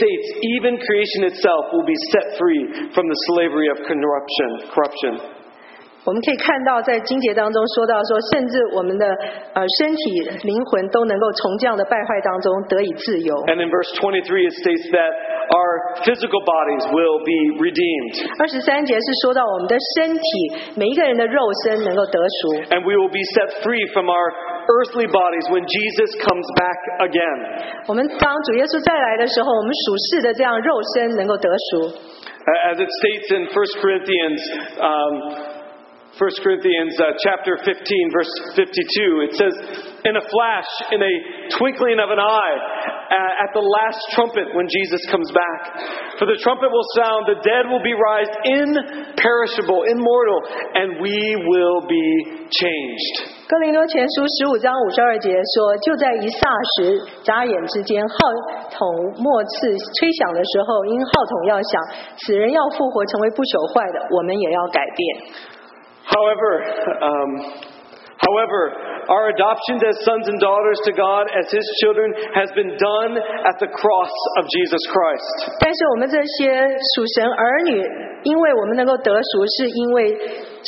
Speaker 3: states, even creation itself will be set free from the slavery of corruption. Corruption.
Speaker 2: 我们可以看到，在经节当中说到说，甚至我们的呃身体、灵魂都能够从这样的败坏当中得以自由。
Speaker 3: And in verse 23 it states that our physical bodies will be redeemed
Speaker 2: 二十三节是说到我们的身体，每一个人的肉身能够得赎，
Speaker 3: and we will be set free from our earthly bodies when Jesus comes back again.
Speaker 2: 我们当主耶稣再来的时候，我们属世的这样肉身能够得赎。
Speaker 3: Uh, As it states in 1 Corinthians, um, 1 Corinthians uh, chapter 15, verse 52, it says, In a flash, in a twinkling of an eye, uh, at the last trumpet when Jesus comes back. For the trumpet will sound, the dead will be raised imperishable, immortal, and we will be changed.
Speaker 2: 哥林多前书十五章五十二节说：“就在一霎时、眨眼之间，号筒末次吹响的时候，因号筒要响，死人要复活，成为不朽坏的，我们也要改变。
Speaker 3: However, um, however, our adoption as sons and daughters to God as His children has been done at the cross of Jesus Christ. ”
Speaker 2: 但是我们这些属神儿女，因为我们能够得赎，是因为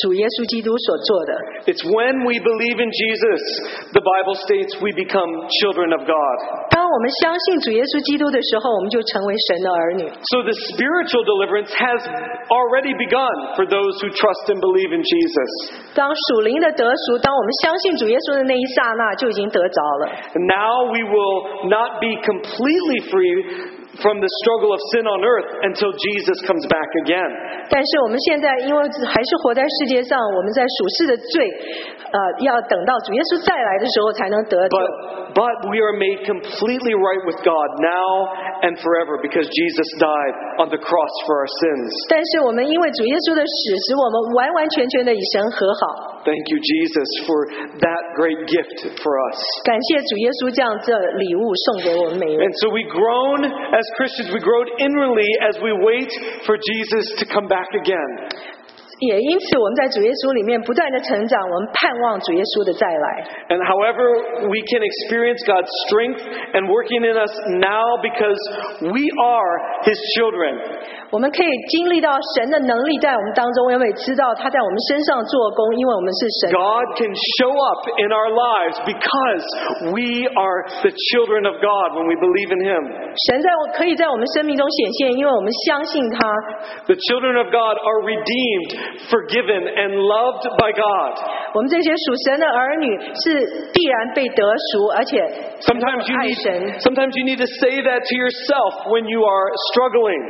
Speaker 2: 主耶稣基督所做的。
Speaker 3: It's when we believe in Jesus, the Bible states we become children of God.
Speaker 2: 当我们相信主耶稣基督的时候，我们就成为神的儿女。
Speaker 3: So the spiritual deliverance has already begun for those who trust and believe in Jesus.
Speaker 2: 当属灵的得赎，当我们相信主耶稣的那一刹那，就已经得着了。
Speaker 3: Now we will not be completely free from the struggle of sin on earth until Jesus comes back again.
Speaker 2: 但是我们现在因为还是活在世界上，我们在属世的罪，呃，要等到主耶稣再来的时候才能得救。
Speaker 3: But, but we are made completely right with God now and forever because Jesus died on the cross for our sins.
Speaker 2: 但是我们因为主耶稣的死，使我们完完全全的与神和好。
Speaker 3: Thank you, Jesus, for that great gift for us.
Speaker 2: 感谢主耶稣将这礼物送给我们每一位
Speaker 3: And。so we groan as Christians, we groan inwardly as we wait for Jesus to come back again.
Speaker 2: 也因此，我们在主耶稣里面不断的成长，我们盼望主耶稣的再来。
Speaker 3: And however, we can experience God's strength and working in us now because we are His children.
Speaker 2: 我们可以经历到神的能力在我们当中，因为知道他在我们身上做工，因为我们是神的
Speaker 3: God can show up in our lives because we are the children of God when we believe in Him.
Speaker 2: 神在我可以在我们生命中显现，因为我们相信他。
Speaker 3: The children of God are redeemed, forgiven, and loved by God.
Speaker 2: 我们这些属神的儿女是必然被得赎，而且
Speaker 3: Sometimes you
Speaker 2: 爱
Speaker 3: need
Speaker 2: 神。
Speaker 3: sometimes you need to say that to yourself when you are struggling,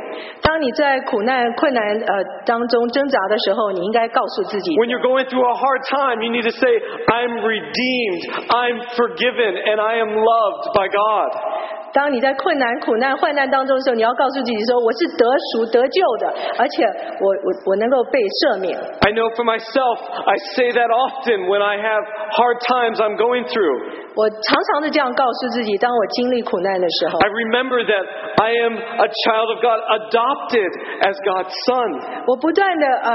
Speaker 2: 当你在苦难、困难呃当中挣扎的时候，你应该告诉自己，
Speaker 3: when you're going through a hard time, you need to say, I'm redeemed, I'm forgiven, and I am loved by God.
Speaker 2: 当你在困难、苦难、患难当中的时候，你要告诉自己说，我是得赎、得救的，而且我我我能够被赦免。
Speaker 3: I know for myself, I say that often when I have hard times I'm going through.
Speaker 2: 我常常的这样告诉自己，当我经历苦难的时候，
Speaker 3: I remember that I am a child of God, adopted as God's son.
Speaker 2: 我不断的呃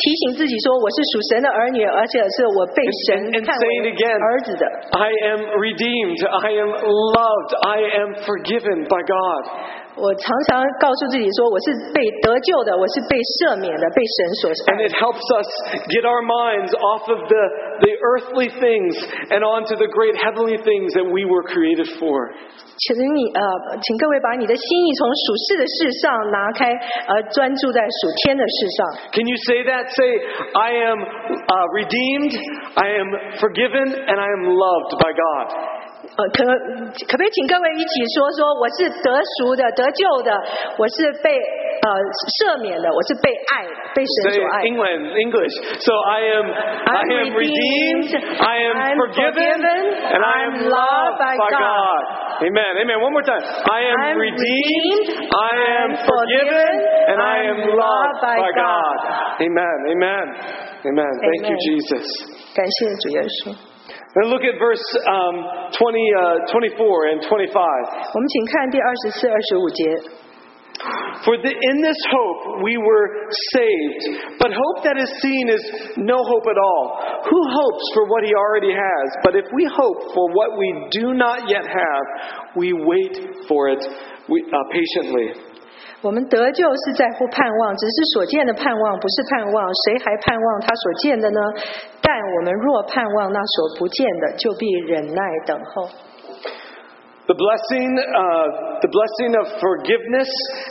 Speaker 2: 提醒自己说，我是属神的儿女，而且是我被
Speaker 3: And-
Speaker 2: 神
Speaker 3: and
Speaker 2: 看
Speaker 3: say it again.
Speaker 2: 为儿子的。
Speaker 3: I am redeemed. I am loved. I am forgiven by God.
Speaker 2: 我常常告诉自己说，我是被得救的，我是被赦免的，被神所
Speaker 3: And
Speaker 2: 爱。
Speaker 3: it helps us get our minds off of the, the earthly things and onto the great heavenly things that we were created for.
Speaker 2: 请你呃，请各位把你的心意从属世的事上拿开，而专注在属天的事上。
Speaker 3: Can you say that? Say, I am uh, redeemed, I am forgiven, and I am loved by God.
Speaker 2: 呃，可可不可以请各位一起说说，我是得赎的，得救的，我是被呃赦免的，我是被爱的，被神所
Speaker 3: Say
Speaker 2: 爱。
Speaker 3: England, English. So I am, I
Speaker 2: I'm
Speaker 3: am redeemed,
Speaker 2: redeemed,
Speaker 3: I am
Speaker 2: I'm
Speaker 3: forgiven,
Speaker 2: forgiven,
Speaker 3: and I am
Speaker 2: I'm loved
Speaker 3: loved by
Speaker 2: by God.
Speaker 3: God. Amen. Amen. One more time. I am
Speaker 2: I'm
Speaker 3: redeemed,
Speaker 2: redeemed,
Speaker 3: I am
Speaker 2: I'm
Speaker 3: forgiven,
Speaker 2: forgiven,
Speaker 3: and I
Speaker 2: I'm
Speaker 3: am loved by God. Amen. Amen. Amen. Thank
Speaker 2: Amen.
Speaker 3: you, Jesus.
Speaker 2: 感谢主耶稣。
Speaker 3: Then look at verse um, 20, uh, 24 and 25.
Speaker 2: 我们请看第二十四、二十五节。
Speaker 3: For the, in this hope we were saved. But hope that is seen is no hope at all. Who hopes for what he already has? But if we hope for what we do not yet have, we wait for it we, uh, patiently.
Speaker 2: 我们得救是在乎盼望，只是所见的盼望不是盼望，谁还盼望他所见的呢？但我们若盼望那所不见的，就必忍耐等候。
Speaker 3: The blessing, uh, the blessing of forgiveness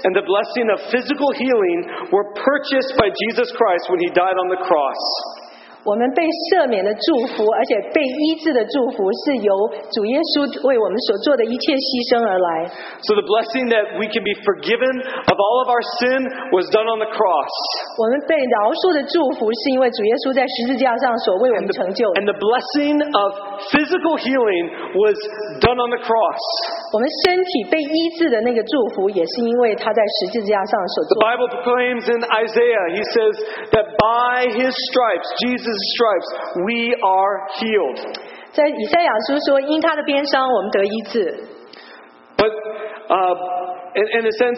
Speaker 3: and the blessing of physical healing were purchased by Jesus Christ when he died on the cross.
Speaker 2: 我们被赦免的祝福，而且被医治的祝福，是由主耶稣为我们所做的一切牺牲而来。
Speaker 3: So the blessing that we can be forgiven of all of our sin was done on the cross.
Speaker 2: 我们被饶恕的祝福，是因为主耶稣在十字架上所为我们成就的
Speaker 3: And the blessing of physical healing was done on the cross.
Speaker 2: 我们身体被医治的那个祝福，也是因为他在十字架上所
Speaker 3: The
Speaker 2: 做。
Speaker 3: Bible proclaims in Isaiah, he says that by his stripes, Jesus' stripes, we are healed.
Speaker 2: 在以赛亚书说，因他的鞭伤，我们得医治。
Speaker 3: But uh, in, in a sense,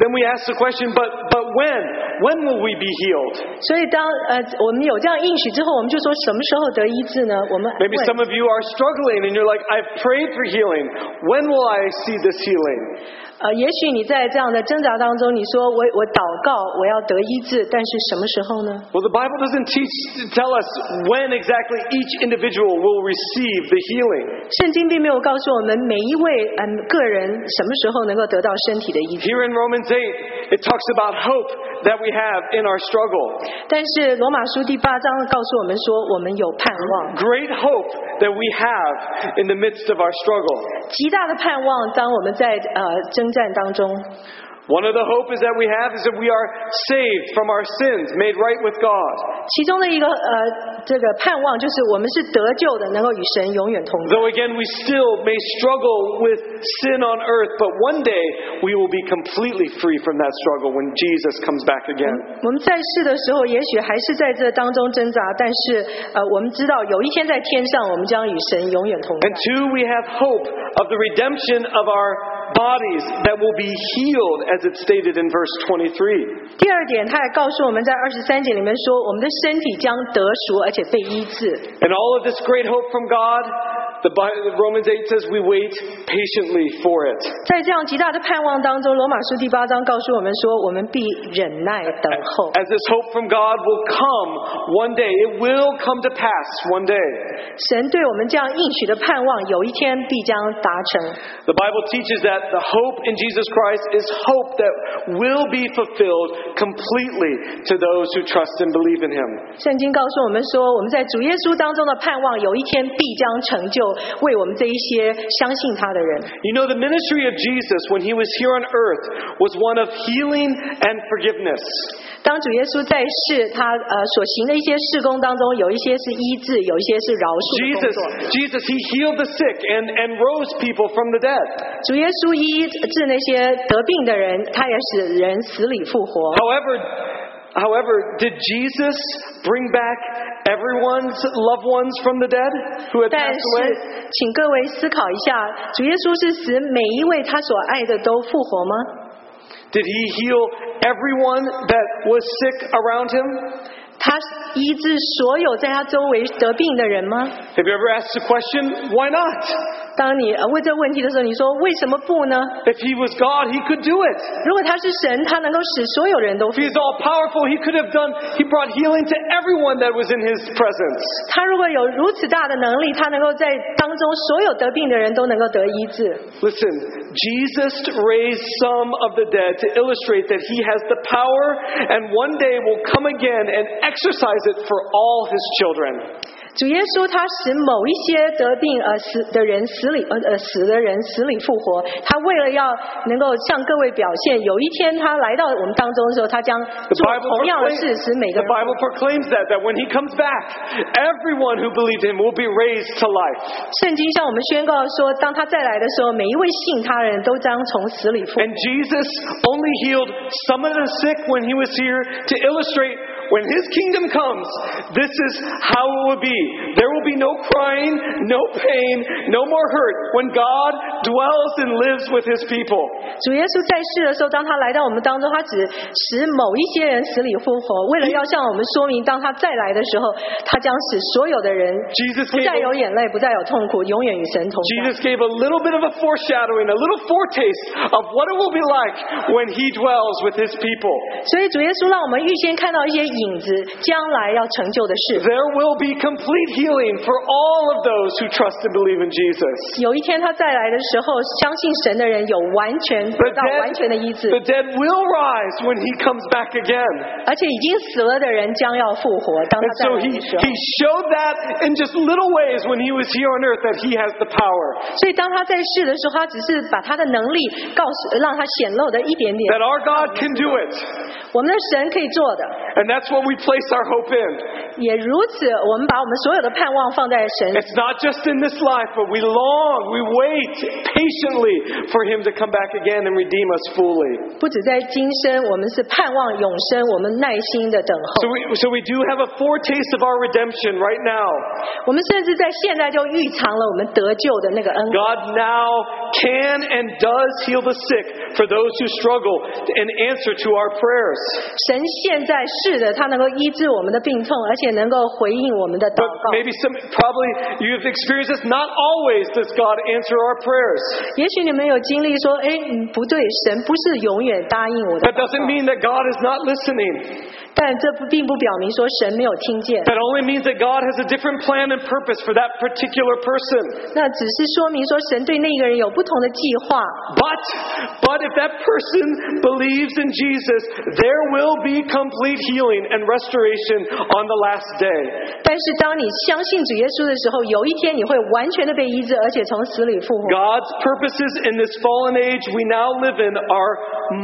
Speaker 3: then we ask the question, but, but when? When will we be healed?
Speaker 2: 所以当呃我们有这样应许之后，我们就说什么时候得医治呢？我们
Speaker 3: Maybe
Speaker 2: 问
Speaker 3: some of you are struggling and you're like, I've prayed for healing. When will I see this healing?
Speaker 2: 呃，也许你在这样的挣扎当中，你说我我祷告我要得医治，但是什么时候呢？
Speaker 3: Well, the Bible doesn't teach, tell us when exactly each individual will receive the healing.
Speaker 2: 圣经并没有告诉我们每一位嗯、个人什么时候能够得到身体的医治，
Speaker 3: Here in Romans 8, it talks about hope that we have in our struggle.
Speaker 2: 但是罗马书第八章告诉我们说，我们有盼望，
Speaker 3: Great hope that we have in the midst of our struggle.
Speaker 2: 极大的盼望。当我们在呃征战当中，
Speaker 3: One of the hope is that we have is that we are saved from our sins, made right with God.
Speaker 2: 其中的一个呃这个盼望就是我们是得救的，能够与神永远同在。
Speaker 3: Though again we still may struggle with sin on earth, but one day we will be completely free from that struggle when Jesus comes back again.
Speaker 2: 我们在世的时候，也许还是在这当中挣扎，但是呃，我们知道有一天在天上，我们将与神永远同在
Speaker 3: And。two, we have hope of the redemption of our bodies that will be healed as it's stated in verse 23.
Speaker 2: 第二点，他也告诉我们在二十三节里面说，我们的身体将得赎，而且被医治。
Speaker 3: And all of this great hope from God, the Bi- the Romans 8 says we wait patiently for it.
Speaker 2: 在这样极大的盼望当中，罗马书第八章告诉我们说，我们必忍耐等候。
Speaker 3: As this hope from God will come one day, it will come to pass one day.
Speaker 2: 神对我们这样应许的盼望，有一天必将达成。
Speaker 3: The Bible teaches that the hope in Jesus Christ is hope that will be fulfilled completely to those who trust and believe in Him.
Speaker 2: 圣经告诉我们说，我们在主耶稣当中的盼望，有一天必将成就，为我们这一些相信他的人。
Speaker 3: You know, the ministry of Jesus when He was here on earth was one of healing and forgiveness.
Speaker 2: 当主耶稣在世，他呃所行的一些事工当中，有一些是医治，有一些是饶恕的工
Speaker 3: Jesus,
Speaker 2: 作。
Speaker 3: Jesus, He healed the sick and, and rose people from the dead.
Speaker 2: 主耶稣医治那些得病的人，他也使人死里复活。
Speaker 3: However, however, did Jesus bring back everyone's loved ones from the dead who had
Speaker 2: 但
Speaker 3: passed away?
Speaker 2: 是，请各位思考一下，主耶稣是使每一位他所爱的都复活吗？
Speaker 3: Did he heal everyone that was sick around him?
Speaker 2: 他医治所有在他周围得病的人吗？
Speaker 3: Have you ever asked the question, why not?
Speaker 2: 当你呃问这个问题的时候，你说为什么不呢？
Speaker 3: If he was God, he could do it.
Speaker 2: 如果他是神，他能够使所有人都
Speaker 3: If he is all powerful, he could have done, he brought healing to everyone that was in his presence.
Speaker 2: 他如果有如此大的能力，他能够在当中所有得病的人都能够得医治。
Speaker 3: Listen, Jesus raised some of the dead to illustrate that he has the power and one day will come again and exercise it for all his children.
Speaker 2: 主耶稣他使某一些得病呃死的人死里呃呃死的人死里复活，他为了要能够向各位表现，有一天他来到我们当中的时候，他将
Speaker 3: The
Speaker 2: 做
Speaker 3: Bible,
Speaker 2: 同样的
Speaker 3: proclaims,
Speaker 2: 事，使每个
Speaker 3: the
Speaker 2: 人
Speaker 3: Bible proclaims that, that when he comes back, everyone who believed in him will be raised to life.
Speaker 2: 圣经向我们宣告说，当他再来的时候，每一位信他的人都将从死里复活
Speaker 3: And Jesus only healed some of the sick when he was here to illustrate when his kingdom comes, this is how it will be. There will be no crying, no pain, no more hurt when God dwells and lives with his people.
Speaker 2: 主耶稣在世的时候，当他来到我们当中，他只使某一些人死里复活，为了要向我们说明，当他再来的时候，他将使所有的人
Speaker 3: Jesus
Speaker 2: 不
Speaker 3: gave
Speaker 2: 再
Speaker 3: a
Speaker 2: 有眼泪，不再有痛苦，永远与神同在。
Speaker 3: Jesus gave a little bit of a foreshadowing, a little foretaste of what it will be like when he dwells with his people.
Speaker 2: 所以主耶稣让我们预先看到一些影子，将来要成就的事。
Speaker 3: There will be complete healing for all of those who trust and believe in Jesus.
Speaker 2: 有一天他再来的时候，相信神的人有完全得
Speaker 3: The
Speaker 2: 到完全的医
Speaker 3: dead,
Speaker 2: 治，
Speaker 3: the dead will rise when he comes back again.
Speaker 2: 而且已经死了的人将要复活。当他
Speaker 3: And
Speaker 2: 再
Speaker 3: so
Speaker 2: 来
Speaker 3: he,
Speaker 2: 的时候
Speaker 3: he，showed that in just little ways when he was here on earth that he has the power.
Speaker 2: 所以当他在世的时候，他只是把他的能力告诉，让他显露的一点点。
Speaker 3: That our God can do it.
Speaker 2: 我们的神可以做的，
Speaker 3: And that's what we place our hope in.
Speaker 2: 也如此，我们把我们所有的盼望放在神
Speaker 3: It's not just in this life, but we long, we wait patiently for him to come back again and redeem us fully.
Speaker 2: 不止在今生，我们是盼望永生，我们耐心的等
Speaker 3: So
Speaker 2: 候。
Speaker 3: we, so we do have a foretaste of our redemption right now.
Speaker 2: 我们甚至在现在就预尝了我们得救的那个恩。
Speaker 3: God now can and does heal the sick for those who struggle and answer to our prayers.
Speaker 2: 神现在是的，他能够医治我们的病痛，而且能够回应我们的祷
Speaker 3: But
Speaker 2: 告。
Speaker 3: maybe some, probably you've experienced this. Not always does God answer our prayers.
Speaker 2: 也许你们有经历说，哎，嗯，不对，神不是永远答应我的
Speaker 3: That，doesn't mean that God is not listening.
Speaker 2: 但这不并不表明说神没有听见，
Speaker 3: That only means that God has a different plan and purpose for that particular person.
Speaker 2: 那只是说明说神对那个人有不同的计划。
Speaker 3: But, but if that person believes in Jesus, there will be complete healing and restoration on the last day.
Speaker 2: 但是当你相信主耶稣的时候，有一天你会完全的被医治，而且从死里复活。
Speaker 3: God's purposes in this fallen age we now live in are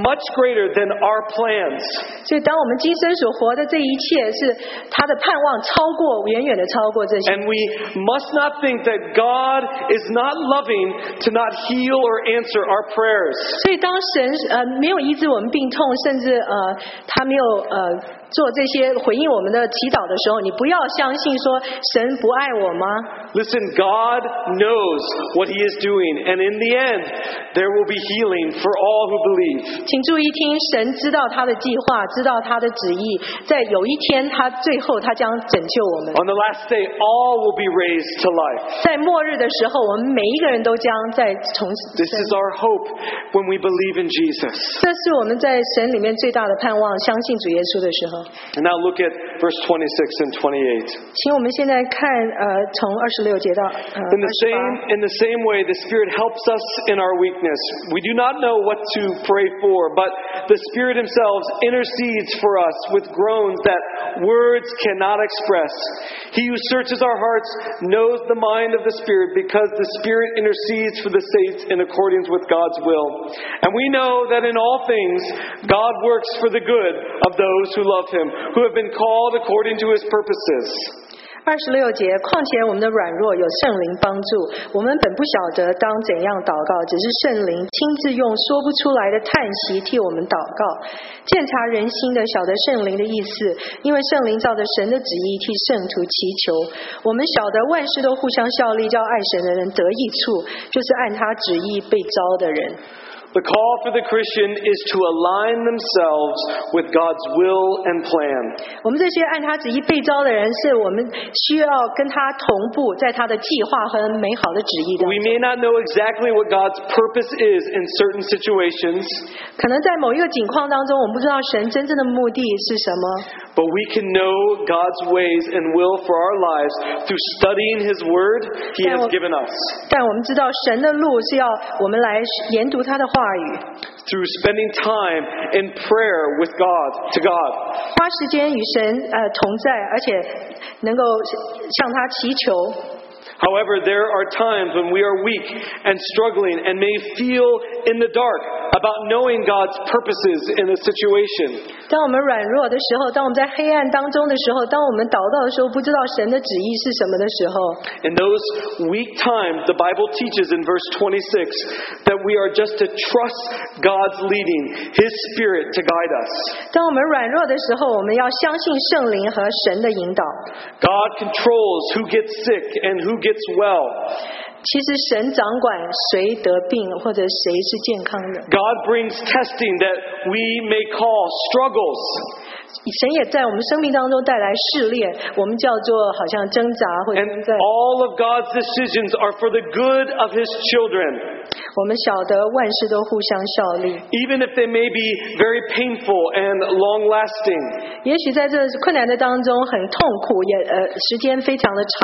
Speaker 3: much greater than our plans.
Speaker 2: 所以，当我们今生所活的这一切，是他的盼望超过，远远的超过这些。
Speaker 3: And we must not think that God is not loving to not heal or answer our prayers.
Speaker 2: 所以，当神呃没有医治我们病痛，甚至呃他没有呃做这些回应我们的祈祷的时候，你不要相信说神不爱我吗？
Speaker 3: Listen, God knows what He is doing, and in the end, there will be healing for all who believe.
Speaker 2: 请注意听，神知道他的计划，知道他的旨意，在有一天他最后他将拯救我们。
Speaker 3: On the last day, all will be raised to life.
Speaker 2: 在末日的时候，我们每一个人都将在重
Speaker 3: This
Speaker 2: 生
Speaker 3: is。our hope when we believe in Jesus.
Speaker 2: 这是我们在神里面最大的盼望，相信主耶稣的时候。
Speaker 3: And now look at verse 26 and 28.
Speaker 2: 请我们现在看呃，从二十六节到呃
Speaker 3: In the
Speaker 2: 二
Speaker 3: same
Speaker 2: 十八。
Speaker 3: in the same way the spirit helps us in our weakness. We do not know what to pray for, but the spirit himself intercedes for us with groans that words cannot express. He who searches our hearts knows the mind of the spirit because the spirit intercedes for the saints in accordance with God's will. And we know that in all things God works for the good of those who love him, who have been called according to his purposes.
Speaker 2: 二十六节，况且我们的软弱有圣灵帮助，我们本不晓得当怎样祷告，只是圣灵亲自用说不出来的叹息替我们祷告，鉴察人心的，晓得圣灵的意思，因为圣灵照着神的旨意替圣徒祈求。我们晓得万事都互相效力，叫爱神的人得益处，就是按他旨意被招的人。
Speaker 3: The call for the Christian is to align themselves with God's will and plan.
Speaker 2: 我们这些按他旨意被招的人，是我们需要跟他同步，在他的计划和美好的旨意当
Speaker 3: We
Speaker 2: 中。
Speaker 3: may not know exactly what God's purpose is in certain situations,
Speaker 2: 可能在某一个境况当中，我们不知道神真正的目的是什么，
Speaker 3: but we can know God's ways and will for our lives through studying His Word He
Speaker 2: Yeah,
Speaker 3: has
Speaker 2: well-
Speaker 3: given us,
Speaker 2: 但我们知道神的路是要我们来研读他的话语，
Speaker 3: through spending time in prayer with God, to God.
Speaker 2: 花时间与神呃同在，而且能够向他祈求。
Speaker 3: However, there are times when we are weak and struggling and may feel in the dark about knowing God's purposes in a situation.
Speaker 2: 当我们软弱的时候，当我们在黑暗当中的时候，当我们祷告的时候，不知道神的旨意是什么的时候，
Speaker 3: In those weak times, the Bible teaches in verse 26 that we are just to trust God's leading, His Spirit to guide us.
Speaker 2: 当我们软弱的时候，我们要相信圣灵和神的引导。
Speaker 3: God controls who gets sick and who gets well.
Speaker 2: 其实神掌管谁得病或者谁是健康的，
Speaker 3: God brings testing that we may call struggles.
Speaker 2: 神也在我们生命当中带来试炼，我们叫做好像挣扎或者
Speaker 3: And
Speaker 2: 在
Speaker 3: all of God's decisions are for the good of His children,
Speaker 2: 我们晓得万事都互相效力。
Speaker 3: even if they may be very painful and long lasting.
Speaker 2: 也许在这困难的当中很痛苦，也呃时间非常的长。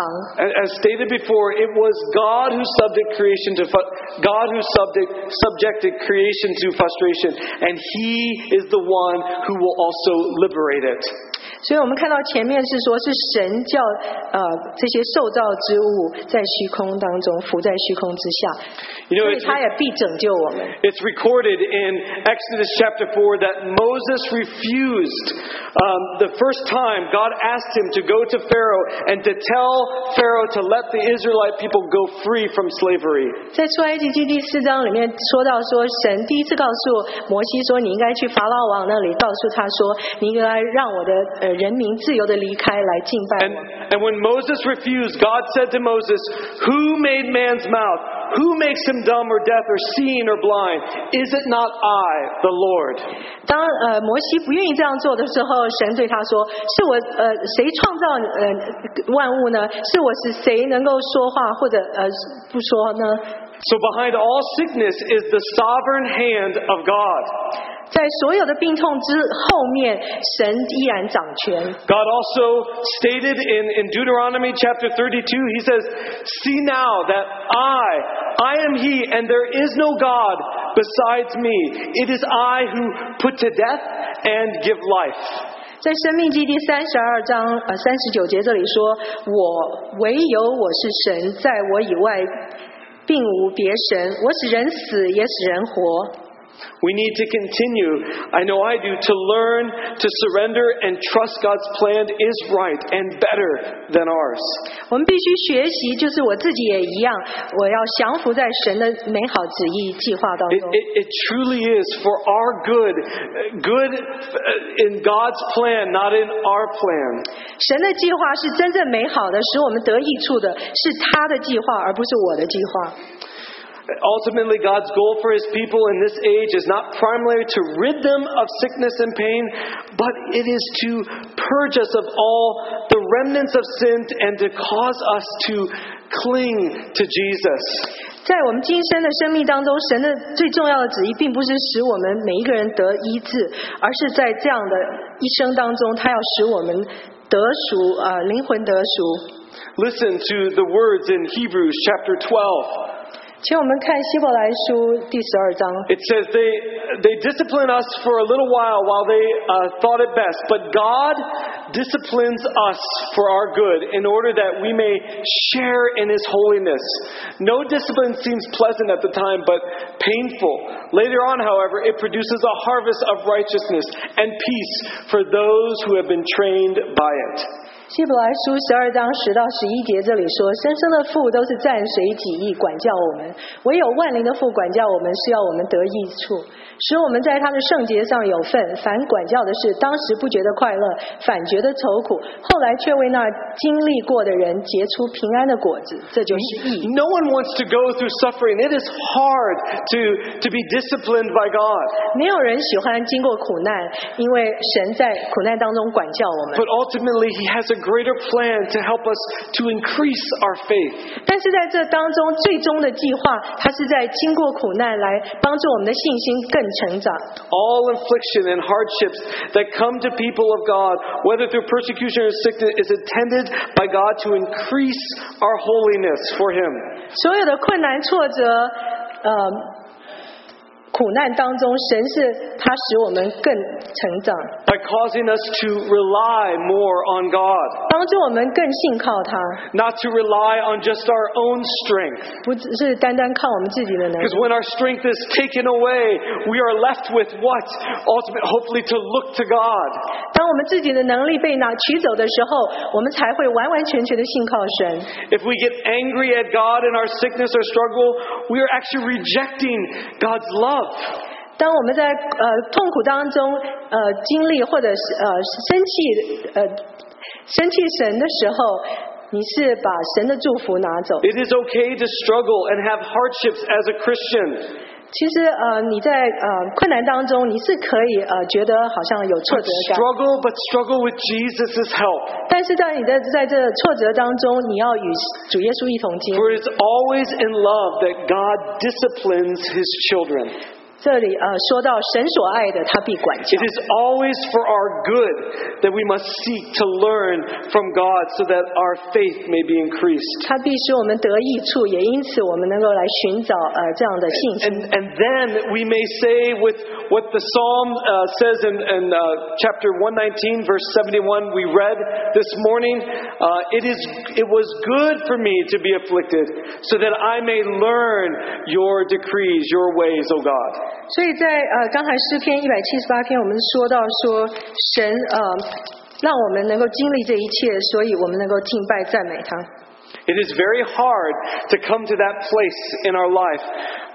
Speaker 3: As stated before, it was God who subject creation to fu- God who subject, subjected creation to frustration, and He is the one who will also liberate it.
Speaker 2: 所以我们看到前面是说是神叫呃这些受造之物在虚空当中浮在虚空之下，
Speaker 3: You know,
Speaker 2: 所以
Speaker 3: it's-
Speaker 2: 他也必拯救我们。
Speaker 3: It's recorded in Exodus chapter 4 that Moses refused um, the first time God asked him to go to Pharaoh and to tell Pharaoh to let the Israelite people go free from slavery.
Speaker 2: 在出埃及记第四章里面说到说，神第一次告诉摩西说，你应该去法老王那里，告诉他说，你应该让我的呃人民自由的离开来敬拜
Speaker 3: And,
Speaker 2: 我。
Speaker 3: and when Moses refused, God said to Moses, Who made man's mouth? Who makes him dumb or deaf or seeing or blind? Is it not I, the Lord?
Speaker 2: 当呃摩西不愿意这样做的时候，神对他说：“是我呃谁创造呃万物呢？是我是谁能够说话或者呃不说呢？”
Speaker 3: So behind all sickness is the sovereign hand of God.
Speaker 2: 在所有的病痛之后面，神依然掌权。
Speaker 3: God also stated in, in Deuteronomy chapter 32, he says, See now that I, I am he, and there is no God besides me. It is I who put to death and give life.
Speaker 2: 在《生命记》第三十二章呃三十九节这里说：“我唯有我是神，在我以外并无别神。我使人死，也使人活。”
Speaker 3: We need to continue, I know I do, to learn to surrender and trust God's plan is right and better than ours.
Speaker 2: 我们必须学习，就是我自己也一样，我要降服在神的美好旨意计划当
Speaker 3: It,
Speaker 2: 中。
Speaker 3: it, it truly is for our good, good uh, in God's plan, not in our plan.
Speaker 2: 神的计划是真正美好的，使我们得益处的是他的计划，而不是我的计划。
Speaker 3: Ultimately, God's goal for his people in this age is not primarily to rid them of sickness and pain, but it is to purge us of all the remnants of sin and to cause us to cling to Jesus.
Speaker 2: 在我们今生的生命当中，神的最重要的旨意，并不是使我们每一个人得医治，而是在这样的一生当中，他要使我们得赎，呃，灵魂得赎。
Speaker 3: Listen to the words in Hebrews chapter 12.
Speaker 2: 请我们看希伯来书第十二章。
Speaker 3: It says, They, they discipline us for a little while while they uh, thought it best, but God disciplines us for our good in order that we may share in His holiness. No discipline seems pleasant at the time, but painful. Later on, however, it produces a harvest of righteousness and peace for those who have been trained by it.
Speaker 2: 希伯来书十二章十到十一节这里说：“生生的父都是蘸水己意管教我们，唯有万灵的父管教我们，是要我们得益处，使我们在他的圣洁上有份。凡管教的事，当时不觉得快乐，反觉得愁苦，后来却为那经历过的人结出平安的果子，这就是义。
Speaker 3: No one wants to go through suffering. It is hard to, to be disciplined by God.
Speaker 2: 没有人喜欢经过苦难，因为神在苦难当中管教我们。
Speaker 3: But ultimately, He has a greater plan to help us to increase our faith.
Speaker 2: 但是在这当中，最终的计划，它是在经过苦难来帮助我们的信心更成长。”
Speaker 3: All affliction and hardships that come to people of God, whether through persecution or sickness, is intended by God to increase our holiness for Him.
Speaker 2: 所有的困难、挫折，呃，苦苦难当中，神是他使我们更成长，
Speaker 3: by causing us to rely more on God,
Speaker 2: 帮助我们更信靠他，
Speaker 3: not to rely on just our own strength.
Speaker 2: 不只是单单靠我们自己的能力
Speaker 3: Because。when our strength is taken away, we are left with what? Ultimate, hopefully, to look to God.
Speaker 2: 当我们自己的能力被拿取走的时候，我们才会完完全全的信靠神。
Speaker 3: If we get angry at God in our sickness or struggle, we are actually rejecting God's love.
Speaker 2: 当我们在呃痛苦当中呃经历或者是呃生气呃生气神的时候，你是把神的祝福拿走。
Speaker 3: It is okay to struggle and have hardships as a Christian,
Speaker 2: 其实呃你在呃困难当中，你是可以呃觉得好像有挫
Speaker 3: but
Speaker 2: 折感，
Speaker 3: struggle, but struggle with Jesus' help.
Speaker 2: 但是在你的在这挫折当中，你要与主耶稣一同经历。
Speaker 3: For it's always in love that God disciplines his children.
Speaker 2: 这里呃说到神所爱的，他必管教
Speaker 3: It。is always for our good that we must seek to learn from God so that our faith may be increased.
Speaker 2: 他必使我们得益处，也因此我们能够来寻找呃这样的信心
Speaker 3: And,。and then we may say with what the psalm uh, says in, in uh, chapter 119, verse 71, we read this morning, uh, it, is, it was good for me to be afflicted so that I may learn your decrees, your ways, O God.
Speaker 2: 所以在呃刚才诗篇一百七十八篇，我们说到说神呃让我们能够经历这一切，所以我们能够敬拜赞美他。
Speaker 3: It is very hard to come to that place in our life,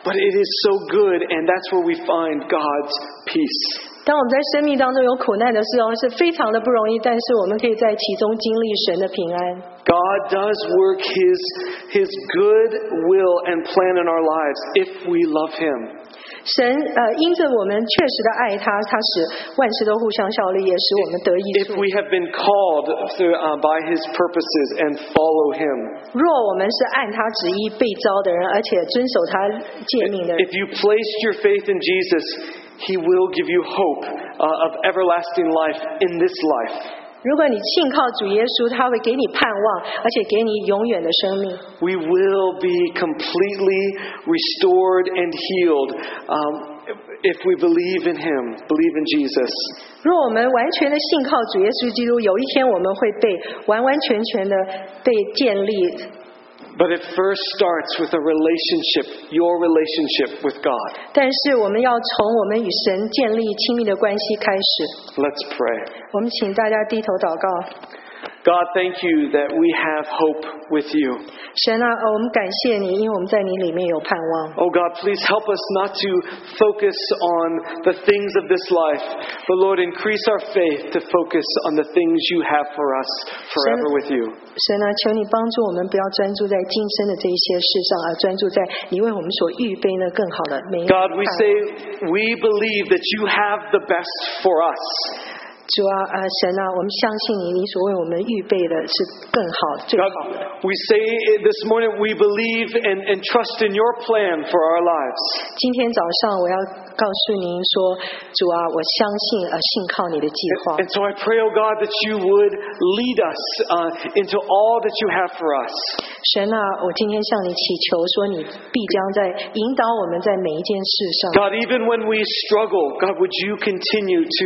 Speaker 3: but it is so good, and that's where we find God's peace.
Speaker 2: 当我们在生命当中有苦难的时候，是非常的不容易，但是我们可以在其中经历神的平安。
Speaker 3: God does work His, His good will and plan in our lives if we love Him.
Speaker 2: 神呃因着我们确实的爱他，他使万事都互相效力，也使我们得益处。
Speaker 3: If we have been called to, uh, by His purposes and follow Him.
Speaker 2: 若我们是按他旨意被招的人，而且遵守他诫命的人
Speaker 3: If，you placed your faith in Jesus, He will give you hope uh, of everlasting life in this life.
Speaker 2: 如果你信靠主耶稣，他会给你盼望，而且给你永远的生命。
Speaker 3: We will be completely restored and healed um, if we believe in Him, believe in Jesus.
Speaker 2: 若我们完全的信靠主耶稣基督，有一天我们会被完完全全的被建立。
Speaker 3: But it first starts with a relationship, your relationship with God.
Speaker 2: 但是我们要从我们与神建立亲密的关系开始。
Speaker 3: Let's pray.
Speaker 2: 我们请大家低头祷告，
Speaker 3: God, thank you that we have hope with you.
Speaker 2: 神啊，哦我们感谢你，因为我们在你里面有盼望。
Speaker 3: Oh God, please help us not to focus on the things of this life, but Lord, increase our faith to focus on the things you have for us forever with you.
Speaker 2: 神啊，求你帮助我们，不要专注在今生的这一些事上，而专注在你为我们所预备那更好的美好的盼望。
Speaker 3: God, we say we believe that you have the best for us.
Speaker 2: 主啊，啊神啊，我们相信你，你所为我们预备的是更好、最
Speaker 3: God,
Speaker 2: 好的。
Speaker 3: we say this morning we believe and, and trust in your plan for our lives.
Speaker 2: 今天早上我要告诉您说，主啊，我相信呃信靠你的计划。
Speaker 3: And so I pray, oh God, that you would lead us uh, into all that you have for us.
Speaker 2: 神啊，我今天向你祈求说，你必将在引导我们在每一件事上。
Speaker 3: God, even when we struggle, God, would you continue to,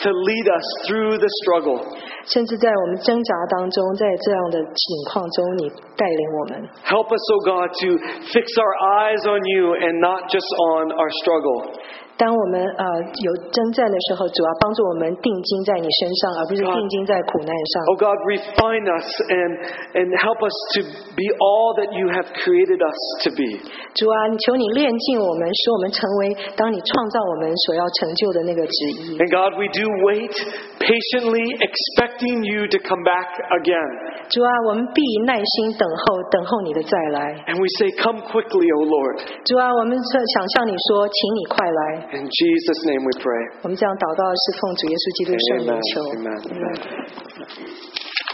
Speaker 3: to lead us through the struggle?
Speaker 2: 甚至在我们挣扎当中，在这样的情况中，你带领我们。
Speaker 3: Help us, oh God, to fix our eyes on you and not just on our struggle.
Speaker 2: 当我们呃有征战的时候，主啊，帮助我们定睛在你身上，而不是定睛在苦难上。
Speaker 3: Oh God, refine us and, and help us to be all that you have created us to be.
Speaker 2: 主啊，你求你炼尽我们，使我们成为当你创造我们所要成就的那个旨意。
Speaker 3: And God, we do wait patiently, expecting you to come back again.
Speaker 2: 主啊，我们必耐心等候，等候你的再来。
Speaker 3: And we say, Come quickly, O Lord.
Speaker 2: 主啊，我们想向你说，请你快来。
Speaker 3: In Jesus' name we pray.
Speaker 2: 我们这样祷告是奉主耶稣基督圣名
Speaker 3: Amen.
Speaker 2: 求。
Speaker 3: Amen. Amen.